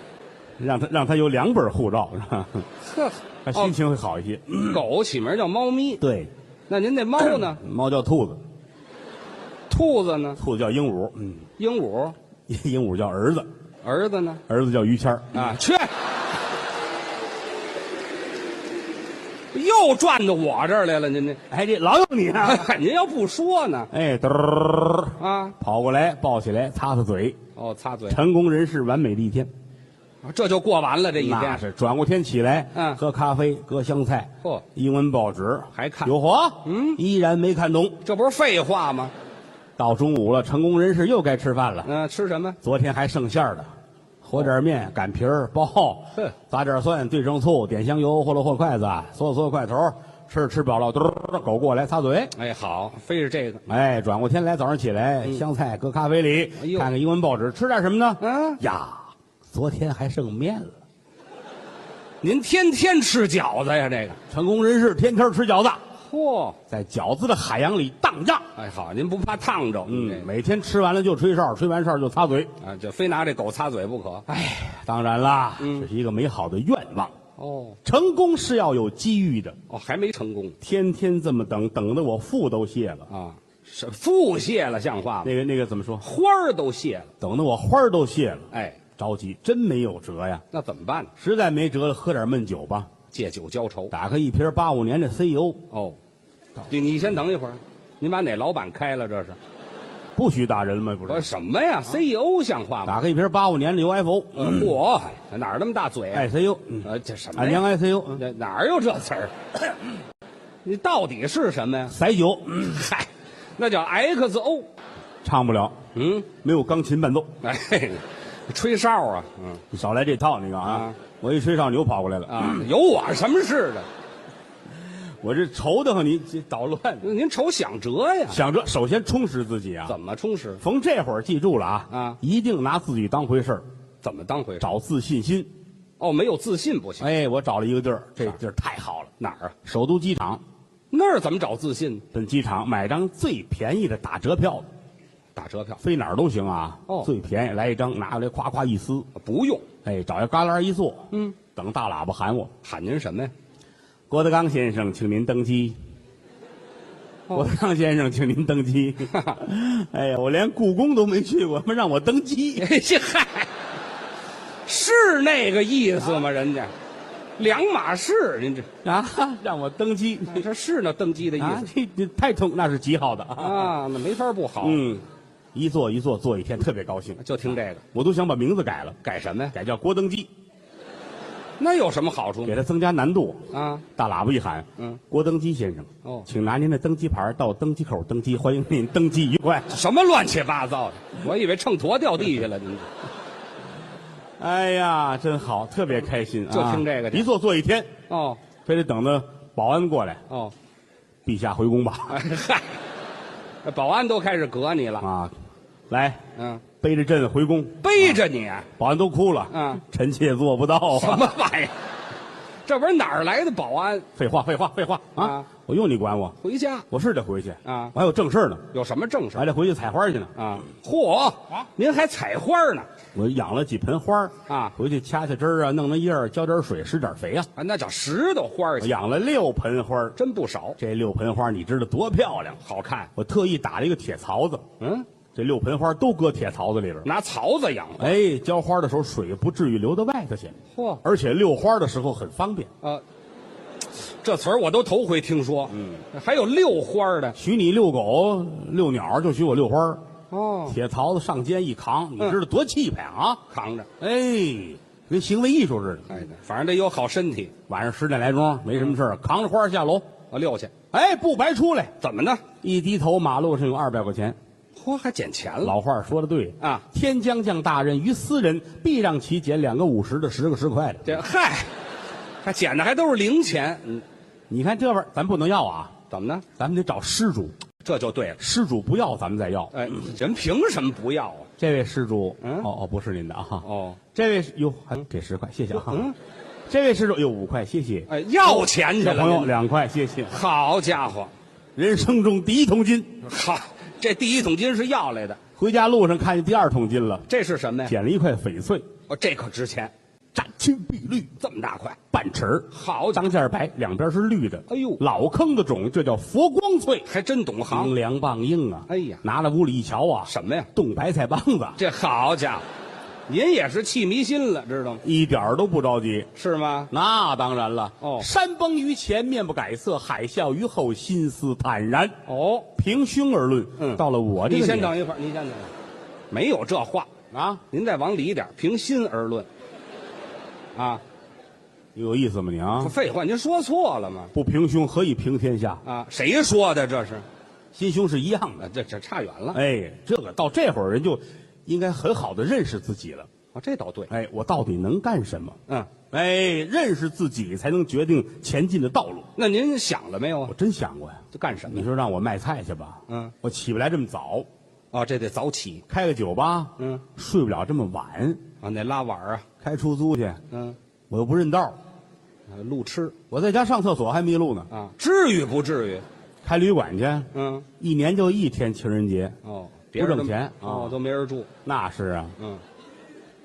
A: 让它让它有两本护照，是吧？
F: 呵，
A: 它心情会好一些。嗯
F: 哦、狗起名叫猫咪，
A: 对，
F: 那您那猫 呢？
A: 猫叫兔子，
F: 兔子呢？
A: 兔子叫鹦鹉，嗯，
F: 鹦鹉？
A: 鹦鹉叫儿子，
F: 儿子呢？
A: 儿子叫于谦儿。
F: 啊，去！又转到我这儿来了，您这，
A: 哎，这老有你啊！
F: 您要不说呢？
A: 哎，嘚儿
F: 啊，
A: 跑过来，抱起来，擦擦嘴，
F: 哦，擦嘴，啊
A: 成功人士完美的一天。
F: 这就过完了这一
A: 那
F: 天。
A: 是转过天起来，
F: 嗯
A: 喝咖啡，搁香菜，
F: 嚯
A: 英文报纸
F: 还看
A: 有嚯，
F: 嗯
A: 依然没看懂。
F: 这不是废话吗？
A: 到中午了，成功人士又该吃饭了。
F: 嗯、吃什么？
A: 昨天还剩馅儿的，和点面，擀皮儿，包
F: 哼，
A: 撒点蒜，兑上醋，点香油，和了和筷子，嗦了嗦筷头，吃着吃饱了，嘟儿，狗过来擦嘴。
F: 哎，好，非是这个。
A: 哎，转过天来，早上起来，香菜搁咖啡里
F: 嗯哎，呦
A: 看看英文报纸，吃点什么呢？
F: 嗯
A: 呀，昨天还剩面了。
F: 您天天吃饺子呀？这个，
A: 成功人士天天吃饺子，
F: 嚯！
A: 在饺子的海洋里荡漾。
F: 哎，好，您不怕烫着？您
A: 嗯，
F: 这
A: 每天吃完了就吹哨，吹完哨就擦嘴。
F: 啊，就非拿这狗擦嘴不可。
A: 哎，当然啦，
F: 嗯
A: 这是一个美好的愿望。
F: 哦
A: 成功是要有机遇的，
F: 哦，还没成功
A: 天天这么等，等的我腹都泻了。
F: 啊，是腹泻了，像话吗？
A: 那个那个怎么说？
F: 花儿都谢了。
A: 等的我花儿都谢了，
F: 哎，
A: 着急，真没有辙呀！
F: 那怎么办呢？
A: 实在没辙了，喝点闷酒吧。
F: 借酒浇愁。
A: 打开一瓶八五年的 C 油，
F: 哦，你你先等一会儿，您把哪老板开了？这是
A: 不许打人吗？不
F: 我
A: 是，
F: 什么呀？CEO 像话吗？
A: 打开一瓶八五年的 UFO，
F: 呃嚯、哪儿那么大嘴啊？
A: ，ICU，嗯
F: 呃，这什么
A: 俺
F: 呀
A: 娘？ICU，嗯
F: 哪哪儿有这词儿？你到底是什么呀？
A: 塞酒，嗯
F: 嗨，那叫 XO。
A: 唱不了，
F: 嗯，
A: 没有钢琴伴奏，
F: 哎，吹哨啊，嗯
A: 你少来这套，你看啊
F: 啊，
A: 我一吹上你又跑过来了，
F: 啊，有我什么事的？
A: 我这愁得慌，你这捣乱。
F: 您瞅想辙呀？
A: 想着首先充实自己啊，
F: 怎么充实？
A: 逢这会儿记住了啊，
F: 啊
A: 一定拿自己当回事儿，
F: 怎么当回事？
A: 找自信心。
F: 哦，没有自信不行。
A: 哎，我找了一个地儿，这地儿太好了，
F: 哪儿啊？
A: 首都机场。
F: 那儿怎么找自信呢？
A: 奔机场买张最便宜的打折票，
F: 打车票
A: 飞哪儿都行啊。
F: 哦
A: 最便宜来一张，拿过来夸夸一撕，
F: 不用，
A: 哎，找一旮旯一坐，
F: 嗯，
A: 等大喇叭喊我。
F: 喊您什么呀？
A: 郭德纲先生，请您登机。
F: 哦
A: 郭德纲先生，请您登 机。哎呀，我连故宫都没去过，他妈让我登机，
F: 哎这嗨， 是那个意思吗？人家两码事，您这
A: 啊， 让我登机。
F: 这是那登基的意
A: 啊
F: 思，
A: 这这太痛，那是极好的嗯啊。
F: 啊？那没法不好，嗯
A: 嗯，一坐一坐坐一天，特别高兴。
F: 就听这个，
A: 我都想把名字改了，
F: 改什么呀？
A: 改叫郭登基，
F: 那有什么好处
A: 给它增加难度。
F: 啊？
A: 大喇叭一喊，
F: 嗯，
A: 郭登基先生，
F: 哦
A: 请拿您的登机牌到登机口登机，欢迎您登机愉快。
F: 什么乱七八糟的？我以为秤砣掉地下了，您
A: 哎呀，真好，特别开心啊！
F: 就听这个去
A: 一坐坐一天，
F: 哦
A: 非得等着保安过来，
F: 哦，
A: 陛下回宫吧。
F: 哎嗨，那保安都开始隔你了，
A: 啊，来
F: 嗯，
A: 背着朕回宫，
F: 背着你，
A: 保安都哭了。
F: 嗯，
A: 臣妾做不到
F: 什
A: 啊！
F: 么玩意儿？这玩意儿哪儿来的保安？
A: 废话，废话，废话啊
F: 啊！
A: 我用你管我？
F: 回家
A: 我是得回去
F: 啊
A: 我还有正事儿呢，
F: 有什么正事
A: 我还得回去采花去呢。
F: 啊？嚯，您还采花呢？
A: 我养了几盆花儿
F: 啊
A: 回去掐掐枝儿啊，弄弄叶儿，浇点水，施点肥啊。
F: 啊，那叫石头花儿
A: 我，养了六盆花儿
F: 真不少。
A: 这六盆花儿你知道多漂亮，好看。我特意打了一个铁槽子，
F: 嗯，
A: 这六盆花儿都搁铁槽子里边儿。
F: 拿槽子养。
A: 哎，浇花的时候水不至于流到外头去，
F: 嚯，
A: 而且遛花的时候很方便。
F: 啊，这词儿我都头回听说。嗯，还有遛花儿的。
A: 许你遛狗、遛鸟，就许我遛花儿。
F: 哦，
A: 铁槽子上肩一扛，你知道多气派啊！
F: 扛着。
A: 哎，跟行为艺术似的。
F: 哎，反正得有好身体。
A: 晚上十点来钟，没什么事儿，扛着花下楼，
F: 我遛去，
A: 哎，不白出来。
F: 怎么呢？
A: 一低头，马路上有二百块钱。
F: 嚯，还捡钱了。
A: 老话说的对
F: 啊
A: 天将降大任于斯人，必让其捡两个五十的，十个十块的。
F: 这嗨，还捡的还都是零钱。嗯，
A: 你看这玩意儿，咱不能要啊，
F: 怎么呢？
A: 咱们得找失主，
F: 这就对了。
A: 失主不要，咱们再要。
F: 哎，人凭什么不要啊？
A: 这位施主，
F: 嗯
A: 哦哦，不是您的啊，
F: 哦，
A: 这位是哟，还给十块，谢谢啊，
F: 嗯，
A: 这位施主有五块，谢谢，
F: 哎，要钱去
A: 小
F: 了。
A: 朋友
F: 您，
A: 两块，谢谢，
F: 好家伙，
A: 人生中第一桶金，
F: 好，这第一桶金是要来的。
A: 回家路上看见第二桶金了，
F: 这是什么呀？
A: 捡了一块翡翠，
F: 哦，这可值钱，
A: 湛青碧绿，
F: 这么大块。
A: 半尺儿，
F: 好家伙，
A: 当间儿白，两边是绿的，
F: 哎呦
A: 老坑的种，这叫佛光翠，
F: 还真懂行。
A: 冰凉棒硬啊，
F: 哎呀
A: 拿到屋里一瞧啊，
F: 什么呀？
A: 冻白菜帮子，
F: 这好家伙，您也是气迷心了，知道吗？
A: 一点儿都不着急，
F: 是吗？
A: 那当然了，
F: 哦
A: 山崩于前面不改色，海啸于后心思坦然。
F: 哦，
A: 平胸而论，
F: 嗯
A: 到了我这
F: 你
A: 个
F: 先
A: 年
F: 等一会儿，你先等一会儿，没有这话，
A: 啊，
F: 您再往里一点，平心而论。啊，
A: 有意思吗你啊？
F: 废话，您说错了吗？
A: 不平胸何以平天下？
F: 啊，谁说的这是？啊
A: 心胸是一样的。
F: 啊这这差远了。
A: 哎，这个到这会儿人就应该很好的认识自己了。
F: 哦，这倒对。
A: 哎，我到底能干什么？
F: 嗯，
A: 哎，认识自己才能决定前进的道路。
F: 那您想了没有啊
A: 我？真想过呀，
F: 这干什么
A: 你
F: 呀？
A: 说让我卖菜去吧，
F: 嗯，
A: 我起不来这么早，
F: 哦，这得早起
A: 开个酒吧，
F: 嗯，
A: 睡不了这么晚，
F: 啊，那拉碗啊，
A: 开出租去，
F: 嗯，
A: 我又不认道儿，
F: 啊路痴
A: 我在家上厕所还迷路呢。
F: 啊，至于不至于？
A: 开旅馆去，
F: 嗯，
A: 一年就一天情人节，
F: 哦，
A: 不挣
F: 都
A: 钱啊
F: 哦，都没人住，
A: 那是啊，
F: 嗯，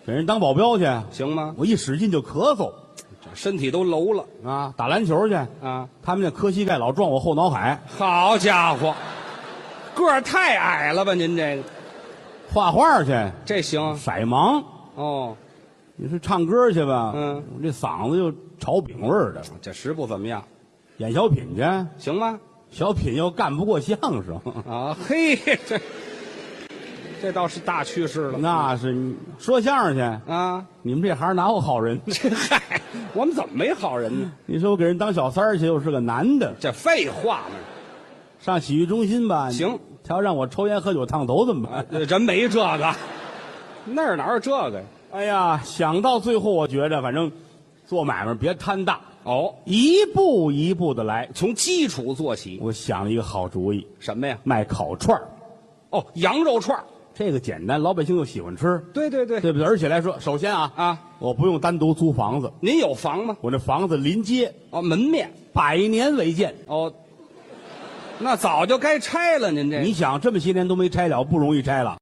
A: 给人当保镖去，
F: 行吗？
A: 我一使劲就咳嗽
F: 这身体都楼了
A: 啊！打篮球去，
F: 啊！
A: 他们那磕膝盖老撞我后脑海。
F: 好家伙，个儿太矮了吧？您这个
A: 画画去，
F: 这行
A: 色盲。
F: 哦，
A: 你说唱歌去吧，
F: 嗯，
A: 我这嗓子就炒饼味儿的。
F: 这食不怎么样，
A: 演小品去，
F: 行吗？
A: 小品又干不过相声，
F: 啊，嘿，这这倒是大趋势了
A: 那是你说相声去，
F: 啊！
A: 你们这行哪有好 人？
F: 这嗨，我们怎么没好人呢？
A: 你说我给人当小三儿去，又是个男的，
F: 这废话嘛，
A: 上洗浴中心吧？
F: 行，
A: 他要让我抽烟喝酒烫头怎么
F: 啊
A: 办？
F: 人没这个，那儿哪有这个呀？
A: 哎呀，想到最后，我觉着反正做买卖别贪大，
F: 哦，
A: 一步一步的来。
F: 从基础做起，
A: 我想了一个好主意，
F: 什么呀？
A: 卖烤串儿，
F: 哦，羊肉串儿
A: 这个简单，老百姓又喜欢吃，
F: 对对对，
A: 对不对？而且来说，首先啊
F: 啊，
A: 我不用单独租房子，
F: 您有房吗？
A: 我这房子临街，
F: 哦，门面
A: 百年违建。
F: 哦，那早就该拆了。您这
A: 你想这么些年都没拆了，不容易拆了，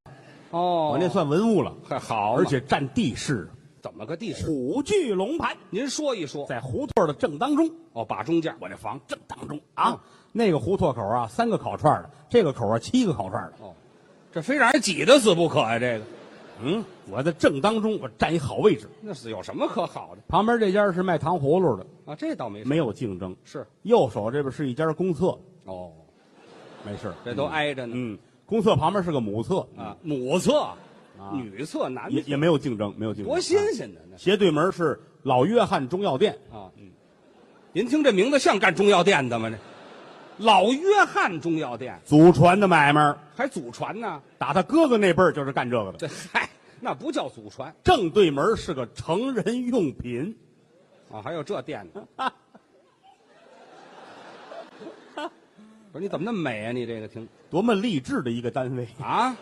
F: 哦，
A: 我那算文物了，
F: 还好嘛，
A: 而且占地势，
F: 怎么个地势？
A: 虎踞龙盘，
F: 您说一说。
A: 在胡同的正当中。
F: 哦，把中间
A: 我这房正当中啊，
F: 嗯
A: 那个胡同口啊，三个烤串儿的，这个口啊，七个烤串儿的。
F: 这非让人挤得死不可呀、这个
A: 嗯，我在正当中，我占一好位置。
F: 那是有什么可好的
A: 旁边这家是卖糖葫芦的，
F: 啊？这倒没什么
A: 没有竞争。
F: 是
A: 右手这边是一家公厕，
F: 哦，
A: 没事儿，
F: 这都挨着呢。
A: 嗯，公厕旁边是个母厕，
F: 啊，母厕、女厕、男
A: 嗯啊也
F: 厕，
A: 也没有竞争，没有竞争。
F: 多新
A: 啊
F: 鲜呢！
A: 斜对门是老约翰中药店，
F: 那啊，您听这名字像干中药店的吗？这老约翰中药店
A: 祖传的买卖儿，
F: 还祖传呢？
A: 打他哥哥那辈儿就是干这个的。
F: 这嗨，那不叫祖传
A: 正对门是个成人用品，
F: 啊，还有这店呢。 不是你怎么那么美啊？你这个听
A: 多么励志的一个单位！
F: 啊，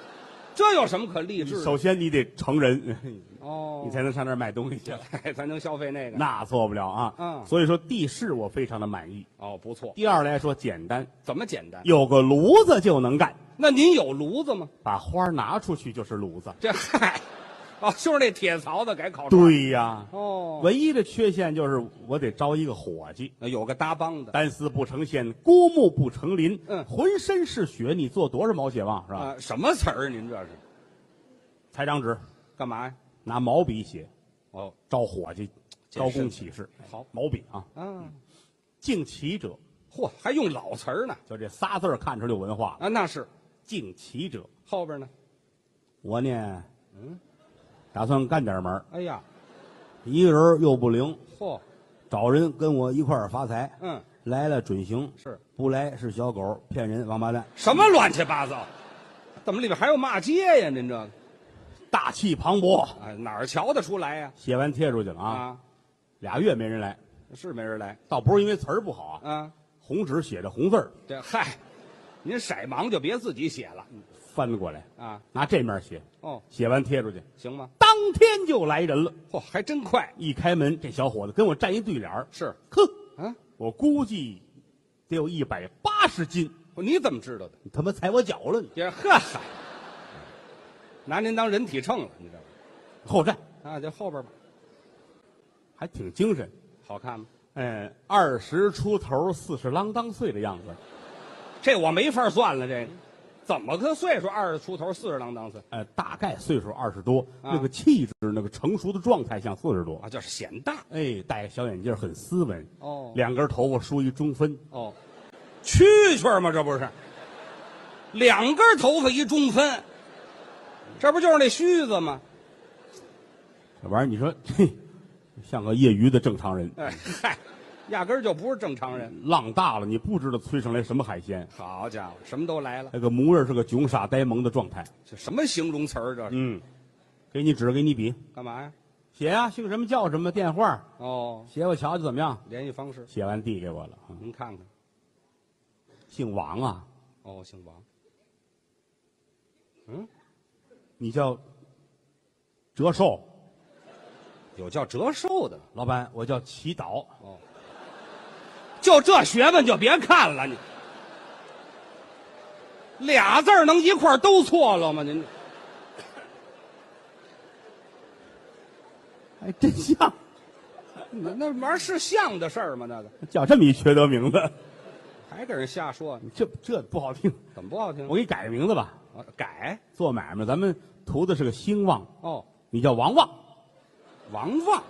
F: 这有什么可励志的？
A: 首先你得成人，
F: 哦，
A: 你才能上那儿买东西去。
F: 才才能消费那个。
A: 那错不了啊！
F: 哦嗯
A: 所以说地势我非常的满意。
F: 哦，不错，
A: 第二来说简单，
F: 怎么简单？
A: 有个炉子就能干，
F: 那您有炉子吗？
A: 把花儿拿出去就是炉子。
F: 这嗨，哦，就是那铁槽子改烤串。
A: 对呀，
F: 哦，
A: 唯一的缺陷就是我得招一个伙计，
F: 那有个搭帮的
A: 单丝不成线，孤木不成林。
F: 嗯
A: 浑身是血，你做多少毛血旺是吧？
F: 啊？什么词儿？您这是
A: 裁张纸，
F: 干嘛呀？
A: 拿毛笔写，
F: 哦，
A: 招伙计，
F: 健
A: 招
F: 身
A: 工启事。
F: 好
A: 毛笔啊，
F: 啊，
A: 敬其者，
F: 嚯，还用老词儿呢
A: 就这仨字儿看出来有文化了。
F: 啊？那是
A: 敬其者，
F: 后边呢？
A: 我呢，
F: 嗯
A: 打算干点门儿
F: 哎呀，
A: 一个人儿又不灵，
F: 嚯，
A: 找人跟我一块儿发财。
F: 嗯，
A: 来了准行，
F: 是
A: 不来是小狗，骗人王八蛋。
F: 什么乱七八糟？怎么里边还有骂街呀？您这个
A: 大气磅礴，
F: 啊，哪儿瞧得出来呀？
A: 写完贴出去了啊，
F: 啊，
A: 俩月没人来，
F: 是没人来
A: 倒不是因为词儿不好啊，
F: 啊？
A: 红纸写着红字儿
F: 这嗨，您色盲就别自己写了
A: 翻过来，
F: 啊。
A: 拿这面写，
F: 哦，
A: 写完贴出去，
F: 行吗？
A: 当天就来人了。
F: 嚯，还真快。
A: 一开门，这小伙子跟我站一对脸儿，
F: 是
A: 哼，
F: 啊，
A: 我估计得有一百八十斤，
F: 你怎么知道的？
A: 你他妈踩我脚了你！
F: 这呵嗨，拿您当人体秤了，你知道吗？
A: 后站
F: 啊，就后边吧，
A: 还挺精神，
F: 好看吗？
A: 嗯，二十出头，四十郎当岁的样子。
F: 这我没法算了，这个怎么个岁数？二十出头，四十郎当岁
A: 呃，大概岁数二十多，
F: 啊
A: 那个气质、那个成熟的状态像四十多
F: 啊，。就是显大
A: 哎，戴个小眼镜很斯文，
F: 哦
A: 两根头发梳一中分，
F: 哦，蛐蛐吗？这不是，两根头发一中分，这不就是那须子吗？
A: 这玩意儿你说，嘿，像个业余的正常人。
F: 哎嗨，压根儿就不是正常人。
A: 浪大了，你不知道催上来什么海鲜，
F: 好家伙，什么都来了，
A: 那个模样是个囧傻呆萌的状态。
F: 这什么形容词儿？这是
A: 嗯，给你纸，给你笔，
F: 干嘛呀？
A: 写啊，姓什么叫什么，电话，
F: 哦，
A: 写我瞧瞧怎么样？
F: 联系方式
A: 写完递给我了，嗯
F: 您看看。
A: 姓王啊，
F: 哦，姓王，
A: 你叫折寿，
F: 有叫折寿的。
A: 老板，我叫祈祷。
F: 就这学问就别看了，你俩字儿能一块儿都错了吗？您
A: 哎，真像，
F: 那那玩意儿是像的事儿吗？那个
A: 叫这么一缺德名字，
F: 还给人瞎说，
A: 这这不好听。
F: 怎么不好听？
A: 我给你改个名字吧，
F: 啊改
A: 做买卖咱们图的是个兴旺，
F: 哦，
A: 你叫王旺，
F: 王旺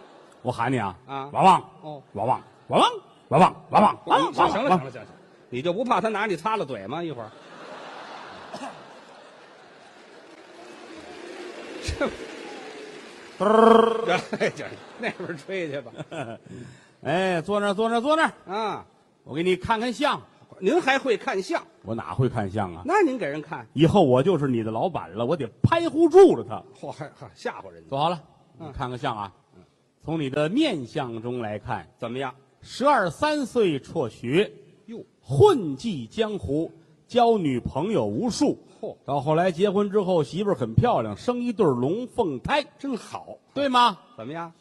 A: 我喊你啊，
F: 啊
A: 王旺，
F: 哦，
A: 王旺，王旺，王旺，王旺，王旺，
F: 行了行
A: 王
F: 了
A: 旺
F: 行了，行了你就不怕他拿你擦了嘴吗？一会 儿，这，这那边吹去吧。
A: 哎，坐那儿，坐那儿，坐那儿，
F: 啊，
A: 我给你看看相。
F: 您还会看相？
A: 我哪会看相啊？
F: 那您给人看，
A: 以后我就是你的老板了，我得拍糊住了他。
F: 嚯，还还吓唬人家，
A: 坐好了，你看看相啊。从你的面相中来看，
F: 怎么样？
A: 十二三岁辍学，
F: 哟，
A: 混迹江湖，交女朋友无数。
F: 嚯
A: 到后来结婚之后，媳妇儿很漂亮，生一对儿龙凤胎，
F: 真好，
A: 对吗？
F: 怎么样？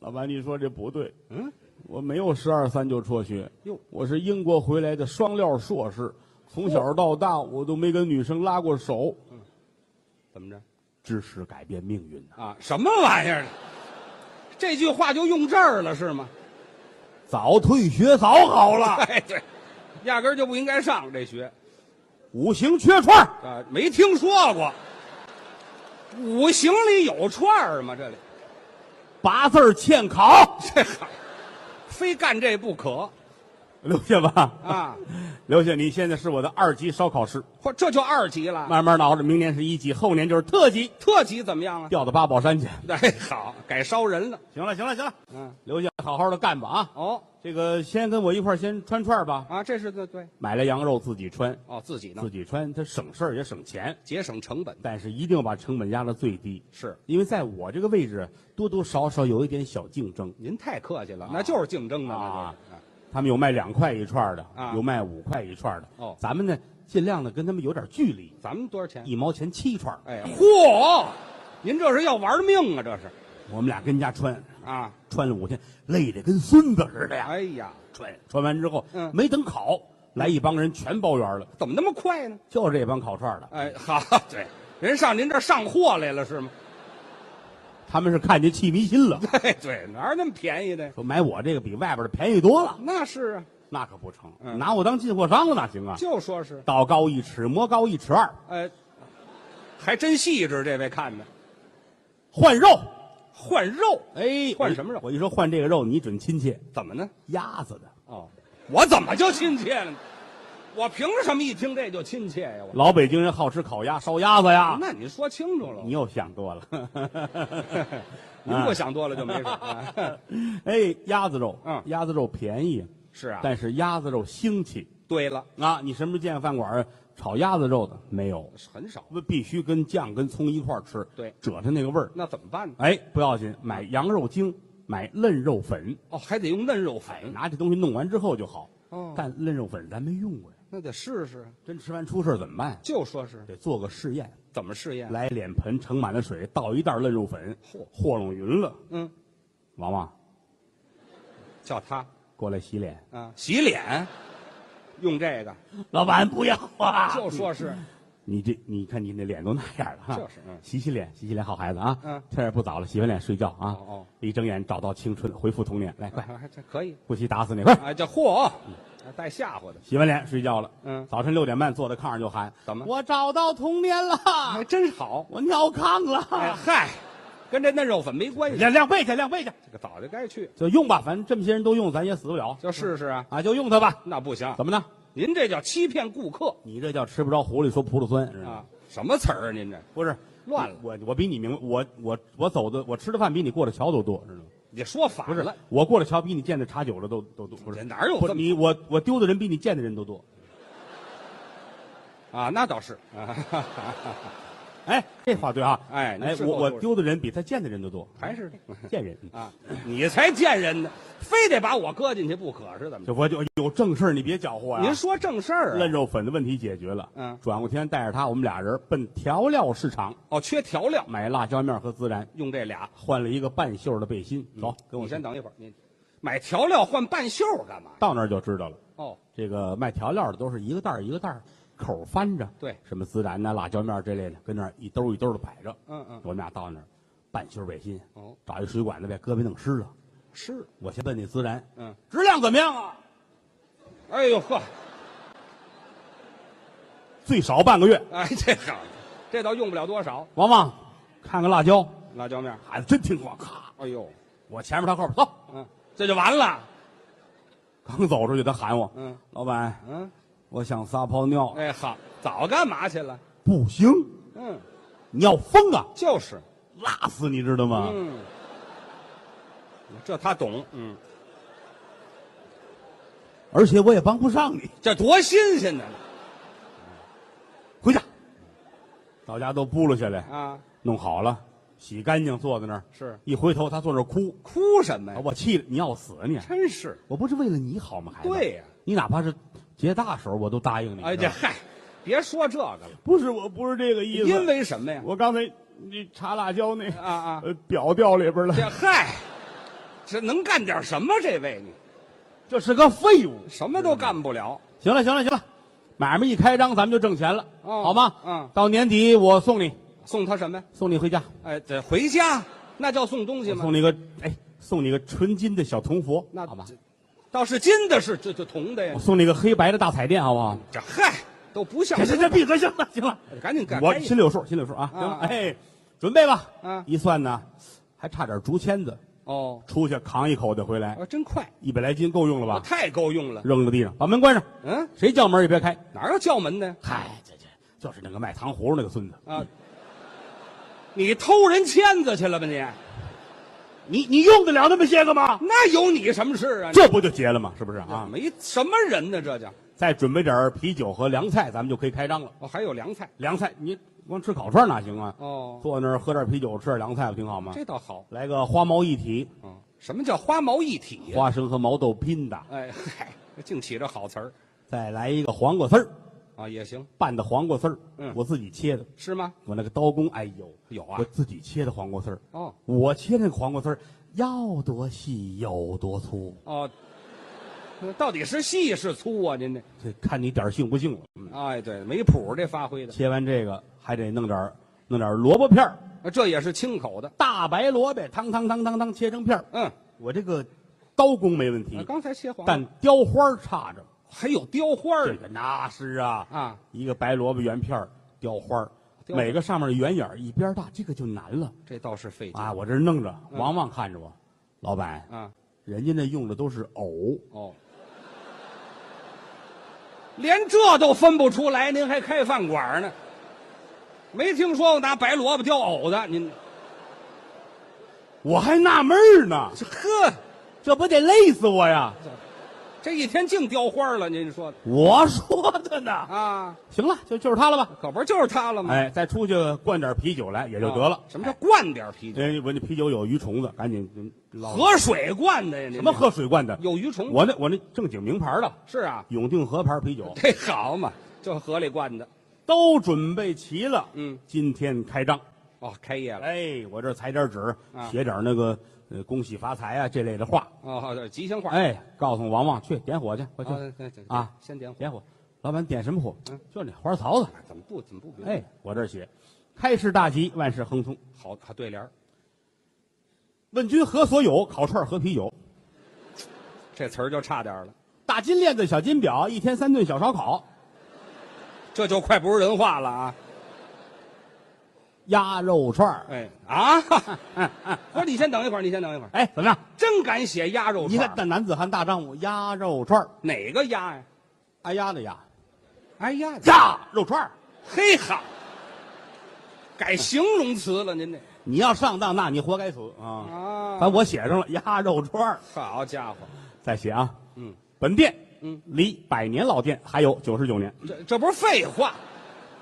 A: 老板，你说这不对。
F: 嗯，
A: 我没有十二三就辍学，
F: 哟
A: 我是英国回来的双料硕士，从小到大我都没跟女生拉过手。
F: 怎么着？
A: 知识改变命运呐、
F: 啊，什么玩意儿？这句话就用这儿了是吗？
A: 早退学早好了，
F: 哎，对，压根儿就不应该上这学
A: 五行缺串儿，
F: 啊，没听说过。五行里有串儿吗？这里
A: 八字儿欠 考，
F: 这好，非干这不可
A: 留下吧。
F: 啊！
A: 留下，你现在是我的二级烧烤师，
F: 嚯，这就二级了，
A: 慢慢熬着，明年是一级，后年就是特级，
F: 特级怎么样了？
A: 调到八宝山去。
F: 哎，好，改烧人了。
A: 行了，行了，行了，
F: 嗯，
A: 留下好好的干吧啊！
F: 哦
A: 这个先跟我一块儿先穿串儿吧，
F: 啊，这是对对
A: 买来羊肉自己穿，
F: 哦，自己弄
A: 自，己穿它省事儿也省钱。
F: 节省成本
A: 但是一定要把成本压到最低，
F: 是。
A: 因为在我这个位置多多少少有一点小竞争。
F: 您太客气了，那就是竞争的
A: 啊
F: 那就是
A: 他们有卖两块一串的，
F: 啊
A: 有卖五块一串的。
F: 哦
A: 咱们呢尽量的跟他们有点距离，
F: 咱们多少钱？
A: 一毛钱七串。
F: 哎，嚯！您这是要玩命啊！这是
A: 我们俩跟家穿，
F: 啊！
A: 穿了五天，累得跟孙子似的呀。
F: 哎呀，
A: 穿穿完之后，
F: 嗯
A: 没等烤，来一帮人全包圆了，
F: 怎么那么快呢？
A: 就是这帮烤串的。
F: 哎，好，对，人上您这儿上货来了是吗？
A: 他们是看见气迷心了，
F: 哎，对，哪有那么便宜的呀？
A: 说买我这个比外边的便宜多了，
F: 那是啊，
A: 那可不成，
F: 嗯
A: 拿我当进货商了哪行啊？
F: 就说是，
A: 道高一尺，魔高一尺二，
F: 哎，还真细致，这位看的
A: 换肉。
F: 换肉
A: 哎，
F: 换什么肉
A: 我一说换这个肉，你准亲切，
F: 怎么呢？
A: 鸭子的。
F: 哦，我怎么就亲切了呢？我凭什么一听这就亲切呀？我
A: 老北京人好吃烤鸭、烧鸭子呀。
F: 那你说清楚了，
A: 你，又想多了
F: 您不想多了就 没事啊
A: 哎，鸭子肉，
F: 嗯
A: 鸭子肉便宜，
F: 是啊。
A: 但是鸭子肉兴起
F: 对了，
A: 啊！你什么时候见饭馆儿炒鸭子肉的？没有，
F: 很少，
A: 不必须跟酱跟葱一块儿吃，
F: 对
A: 褶着那个味儿。
F: 那怎么办呢？
A: 哎，不要紧，买羊肉精，买嫩肉粉，
F: 哦，还得用嫩肉粉，
A: 拿这东西弄完之后就好。
F: 哦
A: 但嫩肉粉咱没用过呀，
F: 那得试试啊。
A: 真吃完出事儿怎么办？
F: 就说是
A: 得做个试验。
F: 怎么试验？
A: 来脸盆盛满了水，倒一袋嫩肉粉，
F: 嚯
A: 和拢匀了。
F: 嗯，
A: 王王，
F: 叫他
A: 过来洗脸。
F: 啊，洗脸，用这个，
A: 老板不要啊！
F: 就说是
A: 你这，你看你那脸都那样了哈。
F: 就是嗯
A: 洗洗脸，洗洗脸，好孩子啊。
F: 嗯
A: 天儿也不早了，洗完脸睡觉啊。
F: 哦哦，
A: 一睁眼找到青春，恢复童年。来，快，
F: 哎还这可以
A: 不洗打死你！快，
F: 啊，叫嚯，带吓唬的，
A: 洗完脸睡觉了。
F: 嗯
A: 早晨六点半坐在炕上就喊：
F: 怎么
A: 我找到童年了？
F: 还哎真好。
A: 我尿炕
F: 哎
A: 了。
F: 嗨，跟这嫩肉粉没关系，
A: 晾晾被去，晾被去，
F: 这个早就该去，
A: 就用吧。反正这么些人都用，咱也死不了
F: 就试试啊。
A: 啊，就用它吧。
F: 那不行，
A: 怎么呢？
F: 您这叫欺骗顾客
A: 你这叫吃不着狐狸说葡萄酸是吧
F: 啊！什么词儿啊？您这
A: 不是
F: 乱了
A: 我我比你明白，我我我走的我吃的饭比你过的桥都多，知道吗？
F: 你说反
A: 不是
F: 了，，
A: 我过的桥比你见的茶酒的都都都不
F: 这
A: 是，
F: 哪有
A: 不
F: 这么
A: 你我我丢的人比你见的人都多。
F: 啊？那倒是啊，
A: 哎，这话对啊，
F: 哎那
A: 哎，
F: 是
A: 我
F: 够多
A: 我
F: 的
A: 丢的人比他见的人都多，嗯
F: 还是的。
A: 见人。
F: 啊，你才见人呢，非得把我搁进去不可是怎么着？
A: 这我就有正事儿你别搅和呀。
F: 您说正事儿
A: 嫩
F: 啊？
A: 肉粉的问题解决了，
F: 嗯
A: 转过天带着他，我们俩人奔调料市场
F: 哦，缺调料，
A: 买辣椒面和孜然，
F: 用这俩。
A: 换了一个半袖的背心。走，跟我
F: 嗯你
A: 去
F: 先等一会儿，您买调料换半袖儿干嘛？
A: 到那儿就知道了。
F: 哦，
A: 这个卖调料的都是一个袋儿一个袋儿，口儿翻着，
F: 对
A: 什么孜然呐、辣椒面儿这类的，跟那儿一兜一兜的摆着。
F: 嗯嗯
A: 我们俩到那儿，半袖背心，
F: 哦，
A: 找一水管子把胳膊弄湿了。
F: 是，
A: 我先问那孜然，
F: 嗯，
A: 质量怎么样啊？
F: 哎呦呵，
A: 最少半个月。
F: 哎，这好，这倒用不了多少
A: 王旺，看看辣椒，
F: 辣椒面儿。
A: 孩子真听话，咔，
F: 哎呦，
A: 我前面他后边，走。
F: 嗯，这就完了。
A: 刚走出去，他喊我，
F: 嗯
A: 老板，
F: 嗯，
A: 我想撒泡尿，
F: 哎，好，早干嘛去了？
A: 不行，
F: 嗯，
A: 你要疯啊，
F: 就是，
A: 辣死你知道吗？
F: 嗯，这他懂，嗯，
A: 而且我也帮不上你，
F: 这多新鲜呢！
A: 回家。到家都扑噜下来，
F: 啊，
A: 弄好了，洗干净，坐在那儿。
F: 是
A: 一回头，他坐那儿哭，
F: 哭什么
A: 啊
F: 呀？
A: 我气了，你要死啊你！
F: 真是，
A: 我不是为了你好吗？孩子，
F: 对呀
A: 你哪怕是结大手，我都答应你。
F: 哎
A: 是
F: 这
A: 吧
F: 嗨，别说这个了，
A: 不是，我不是这个嗯意思。
F: 因为什么呀？
A: 我刚才那查辣椒那
F: 啊啊
A: 呃，表掉里边了。
F: 这嗨，这能干点什么？这位你
A: 这是个废物。
F: 什么都干不了，
A: 行了，行了，行了，买卖一开张，咱们就挣钱了，
F: 哦
A: 好吗？
F: 嗯
A: 到年底我送你，
F: 送他什么呀？
A: 送你回家，
F: 哎，得回家，那叫送东西
A: 我
F: 吗？
A: 送你个，哎，送你个纯金的小铜佛，
F: 那
A: 好吧？
F: 这倒是金的是，这这铜的呀
A: 我。送你个黑白的大彩电，好不好？
F: 这嗨，都不像
A: 行行
F: 人，
A: 行，闭嘴，行了，行了，
F: 赶紧干。
A: 我
F: 该
A: 心里有数，心里有数啊。
F: 啊
A: 行了，
F: 啊
A: 哎，准备吧。
F: 啊
A: 一算呢，还差点竹签子，
F: 哦，
A: 出去扛一口袋回来，
F: 啊，真快，
A: 一百来斤够用了吧？
F: 太够用了。
A: 扔到地上，把门关上，
F: 嗯，
A: 谁叫门也别开。
F: 哪有叫门的呀？
A: 嗨，这这就是那个卖糖葫芦那个孙子，
F: 啊，你偷人签子去了吧你？
A: 你你用得了那么些个吗？
F: 那有你什么事啊？
A: 这不就结了吗？是不是
F: 这
A: 啊？
F: 没什么人呢，这叫
A: 再准备点儿啤酒和凉菜，咱们就可以开张了。
F: 哦，还有凉菜
A: 凉菜，你光吃烤串哪行啊？
F: 哦，
A: 坐那儿喝点啤酒，吃点凉菜不挺好吗？
F: 这倒好。
A: 来个花毛一体，
F: 嗯，什么叫花毛一体呀？
A: 花生和毛豆拼的，
F: 哎嗨，净起这好词儿
A: 再来一个黄瓜丝儿，
F: 啊，也行
A: 拌的黄瓜丝儿，
F: 嗯
A: 我自己切的，
F: 是吗？
A: 我那个刀工，哎呦，
F: 有啊
A: 我自己切的黄瓜丝儿，
F: 哦
A: 我切那个黄瓜丝儿要多细有多粗，
F: 哦，那到底是细是粗啊？您这
A: 这看你点儿性不性了。嗯
F: 哎对，没谱儿这发挥的，
A: 切完这个还得弄点儿弄点儿萝卜片儿，
F: 啊这也是清口的。
A: 大白萝卜，汤汤汤汤汤切成片儿，
F: 嗯，
A: 我这个刀工没问题
F: 啊，刚才切黄瓜，
A: 但雕花儿差着。
F: 还有雕花
A: 这
F: 儿呢
A: 个那是啊
F: 啊，
A: 一个白萝卜圆片儿雕花儿
F: 雕花儿
A: 每个上面圆眼儿一边大，这个就难了
F: 这倒是费劲
A: 啊！我这儿弄着，王旺看着我，老板，
F: 啊。
A: 人家那用的都是藕，
F: 哦，连这都分不出来，您还开饭馆呢？没听说过拿白萝卜雕藕的，您
A: 我还纳闷儿呢，
F: 这呵，
A: 这不得累死我呀！
F: 这一天净雕花了，您说的
A: 我说的呢，
F: 啊？
A: 行了，就就是它了吧？
F: 可不是就是它了吗？
A: 哎，再出去灌点啤酒来也就得了
F: 啊。什么叫灌点啤酒？
A: 哎，我那啤酒有鱼虫子，赶紧嗯捞
F: 河水灌的呀？您
A: 什么喝水灌的？
F: 有鱼虫？
A: 我那我那正经名牌的
F: 是啊，
A: 永定河牌啤酒
F: 这好嘛，就河里灌的。
A: 都准备齐了，
F: 嗯，
A: 今天开张。
F: 哦，开业了。
A: 哎，我这儿裁点纸，
F: 啊
A: 写点那个呃恭喜发财啊这类的话。
F: 哦，好的，吉祥话。
A: 哎，告诉王旺去点火去，快去
F: 啊，对对对
A: 啊
F: 先点火。
A: 点火。老板点什么火
F: 嗯？
A: 就那花槽子。
F: 怎么不怎么不明白？
A: 哎，我这儿写，开市大吉，万事亨通。
F: 好，好对联儿
A: 问君何所有？烤串儿和啤酒。
F: 这词儿就差点儿了。
A: 大金链子，小金表，一天三顿小烧烤。
F: 这就快不是人话了啊！
A: 鸭肉串儿
F: 哎啊， 不是你先等一会儿，你先等一会儿，
A: 哎，怎么样？
F: 真敢写鸭肉
A: 你
F: 串
A: 看
F: 儿？
A: 那男子汉大丈夫，鸭肉串儿
F: 哪个鸭呀？
A: 哎呀的呀，
F: 哎呀，
A: 呀肉串儿
F: 嘿哈，改形容词了，您这
A: 你要上当，那你活该死啊！
F: 啊
A: 反正我写上了鸭肉串儿
F: 好家伙，
A: 再写啊，
F: 嗯，
A: 本店，
F: 嗯，
A: 离百年老店还有九十九年。
F: 这这不是废话？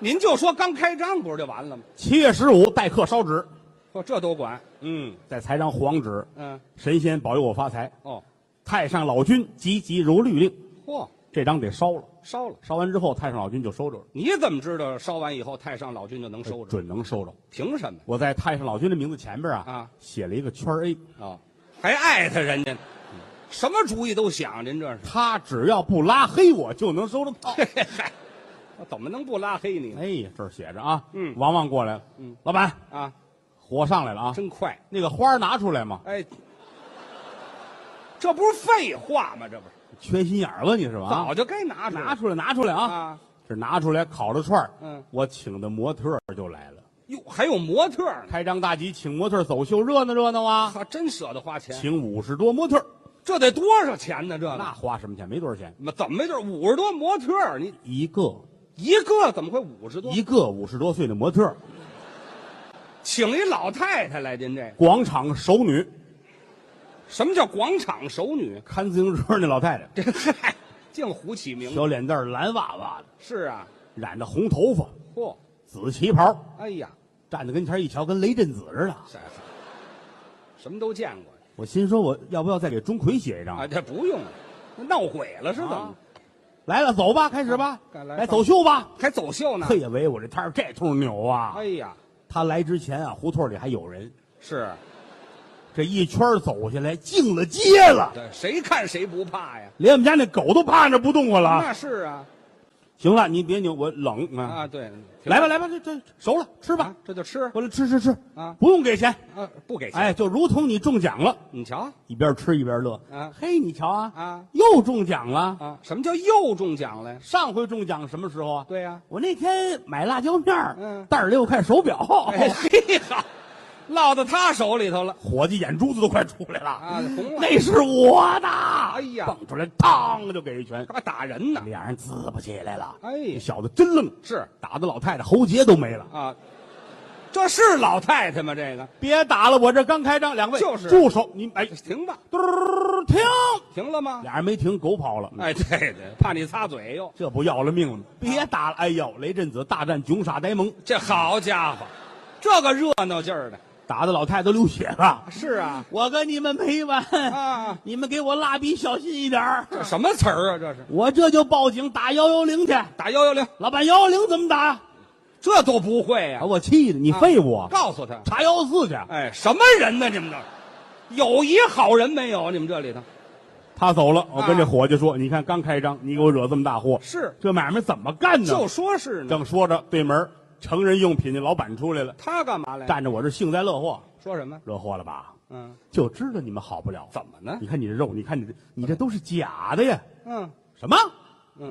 F: 您就说刚开张不是就完了吗？
A: 七月十五待客烧纸，
F: 嚯，这都管？
A: 嗯，再裁张黄纸，
F: 嗯，
A: 神仙保佑我发财。
F: 哦，
A: 太上老君急急如律令，
F: 嚯，
A: 这张得烧了，
F: 烧了！
A: 烧完之后太上老君就收着了，
F: 你怎么知道烧完以后太上老君就能收着？
A: 准能收着。
F: 凭什么
A: 我在太上老君的名字前边啊
F: 啊
A: 写了一个圈儿 A，
F: 啊？还艾特人家呢？嗯什么主意都想，您这是。
A: 他只要不拉黑我就能收得到。
F: 嘿嘿嗨，我怎么能不拉黑你呢？
A: 哎，这儿写着啊，
F: 嗯
A: 王旺过来了，
F: 嗯，
A: 老板，
F: 啊，
A: 火上来了啊，
F: 真快！
A: 那个花儿拿出来嘛，
F: 哎，这不是废话吗？这不是
A: 缺心眼儿吧你是吧？啊
F: 早就该拿出来
A: 拿出来，拿出来啊！
F: 啊！
A: 这拿出来烤着串儿
F: 嗯，
A: 我请的模特儿就来了。
F: 哟，还有模特呢，
A: 开张大吉，请模特儿走秀，热闹热闹啊！
F: 啊，真舍得花钱，
A: 请五十多模特儿，
F: 这得多少钱呢？这
A: 那
F: 个
A: 花什么钱？没多少钱，
F: 那怎么没准五十多模特儿你
A: 一个
F: 一个怎么会五十多？
A: 一个五十多岁的模特儿，
F: 请一老太太来，您这个
A: 广场熟女，
F: 什么叫广场熟女？
A: 看自行车那老太太，
F: 这嗨，净胡起名字
A: 小脸蛋儿蓝哇哇的，
F: 是啊，
A: 染着红头发，
F: 嚯、
A: 紫旗袍，
F: 哎呀，
A: 站在跟前一瞧，跟雷震子似的。
F: 这什么都见过
A: 我心说，我要不要再给钟馗写一张？
F: 啊，这不用了，那闹鬼了是怎么
A: 啊？来了，走吧，开始吧，
F: 该啊来
A: 走秀吧。
F: 还走秀呢？
A: 嘿呀喂，我这摊儿这通牛啊！
F: 哎呀，
A: 他来之前啊，胡同里还有人，
F: 是，啊
A: 这一圈儿走下来，净了街了，
F: 对，谁看谁不怕呀？
A: 连我们家那狗都趴那不动我了啊。
F: 那是啊，
A: 行了，你别扭，我冷啊。
F: 啊对，
A: 来吧，来吧，这这熟了，吃吧
F: 啊，。这就吃
A: 过来吃吃吃
F: 啊
A: 不用给钱。
F: 啊，不给钱。
A: 哎，就如同你中奖了，
F: 你瞧
A: 一边吃一边乐。
F: 啊
A: 嘿，你瞧啊，
F: 啊
A: 又中奖了。
F: 啊，什么叫又中奖了呀？
A: 上回中奖什么时候啊？
F: 对呀
A: 我那天买辣椒面儿
F: 嗯
A: 袋儿里有块手表，
F: 哎嘿好，落到他手里头了。
A: 伙计眼珠子都快出来了，
F: 啊红了
A: 那是我的！哎
F: 呀
A: 蹦出来，当就给一拳
F: 干，嘛打人呢？
A: 俩人滋吧起来了。
F: 哎
A: 这小子真愣，
F: 是
A: 打的老太太喉结都没了。
F: 啊，这是老太太吗？这个
A: 别打了，我这刚开张，两位
F: 就是
A: 住手！你哎，
F: 停吧，
A: 嘟儿停！
F: 停了吗？
A: 俩人没停，狗跑了。
F: 哎，对对，怕你擦嘴又。
A: 这不要了命了吗？别打了！哎呦，雷震子大战囧傻呆萌，
F: 这好家伙，这个热闹劲儿的。
A: 打的老太太都流血了。
F: 是啊，
A: 我跟你们没完
F: 啊
A: 你们给我蜡笔小心一点儿
F: 这什么词儿啊？这是
A: 我这就报警打幺幺零去。
F: 打幺幺零，
A: 老板，幺幺零怎么打呀？
F: 这都不会呀、
A: 把我气的，你废物啊！
F: 告诉他，
A: 查幺四去。
F: 哎，什么人呢？你们这有一好人没有？你们这里头
A: 他走了，我跟
F: 啊
A: 这伙计说：“你看，刚开张，你给我惹这么大祸，
F: 是
A: 这买卖怎么干呢？”
F: 就说是呢，
A: 正说着，对门儿成人用品那老板出来了，
F: 他干嘛来？
A: 站着我这幸灾乐祸，
F: 说什么？
A: 惹祸了吧？
F: 嗯，
A: 就知道你们好不了。
F: 怎么呢
A: 你看你这肉，你看你这，你这都是假的呀！
F: 嗯，
A: 什么？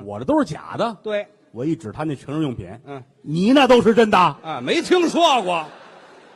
A: 我这都是假的。
F: 对，
A: 我一指他那成人用品，
F: 嗯
A: 你那都是真的。
F: 啊，没听说过，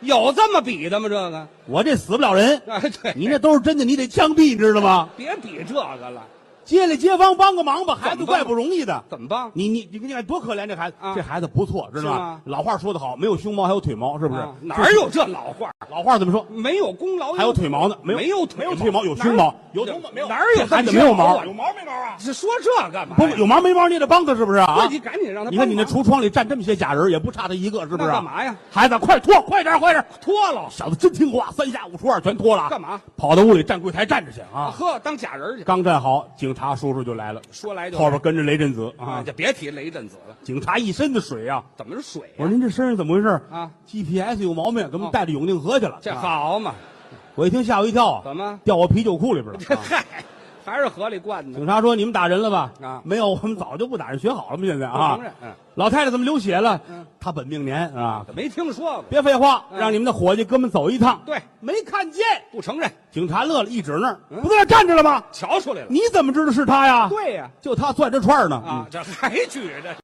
F: 有这么比的吗？这个
A: 我这死不了 人，
F: 啊，对，
A: 你那都是真的，你得枪毙，你知道 吗？
F: 别比这个了，
A: 街里街坊帮个忙吧，孩
F: 怎
A: 子
F: 么帮
A: 怪不容易的。
F: 怎么帮？
A: 你你你你看多可怜这孩子，
F: 啊
A: 这孩子不错，知道
F: 是
A: 吗
F: 吗？
A: 老话说得好，没有胸毛还有腿毛，是不是
F: 啊？哪儿有这老话？
A: 老话怎么说？
F: 没有功劳，
A: 还有腿毛呢？
F: 没
A: 有没
F: 有
A: 腿
F: 腿
A: 没
F: 毛
A: 有腿毛，有
F: 哪
A: 胸
F: 有
A: 毛，有胸毛没有？
F: 哪有
A: 这孩子
F: 这
A: 没有毛
F: 毛啊？有
A: 毛没毛啊？
F: 是说这干嘛呀？
A: 不有毛没毛，你也得帮他是不是啊
F: 那？你赶紧让他
A: 你看
F: 帮
A: 你那
F: 忙
A: 橱窗里站这么些假人，也不差他一个，是不是啊？
F: 那干嘛呀
A: 孩子，快脱，快点，快点，脱了！小子真听话，三下五除二全脱了啊。
F: 干嘛
A: 跑到屋里站柜台站着去啊！
F: 呵，当假人去。
A: 刚站好，警察叔叔就来了，
F: 说来就来
A: 后边跟着雷震子
F: 啊，
A: 啊
F: 就。别提雷震子了，
A: 警察一身的水啊！
F: 怎么是水
A: 我说
F: 呀、
A: 您这身上怎么回事
F: 啊
A: ？GPS 有毛病，给我们
F: 哦
A: 带到永定河去了。
F: 这
A: 啊
F: 好嘛，
A: 我一听吓我一跳啊！
F: 怎么
A: 掉我啤酒裤里边了？
F: 这
A: 啊
F: 嗨，还是河里灌的
A: 警察说：“你们打人了吧？”
F: 啊
A: 没有，我们早就不打人，学好了嘛。现在啊
F: 不承认，嗯
A: 老太太怎么流血了？
F: 嗯
A: 她本命年啊，
F: 没听说过，
A: 别废话，
F: 嗯
A: 让你们的伙计哥们走一趟。
F: 对
A: 没看见。
F: 不承认，
A: 警察乐了，一指那儿，不在那儿站着了吗？
F: 瞧出来了。
A: 你怎么知道是他呀？
F: 嗯对呀啊
A: 就他攥着串儿呢。
F: 啊，这还举着。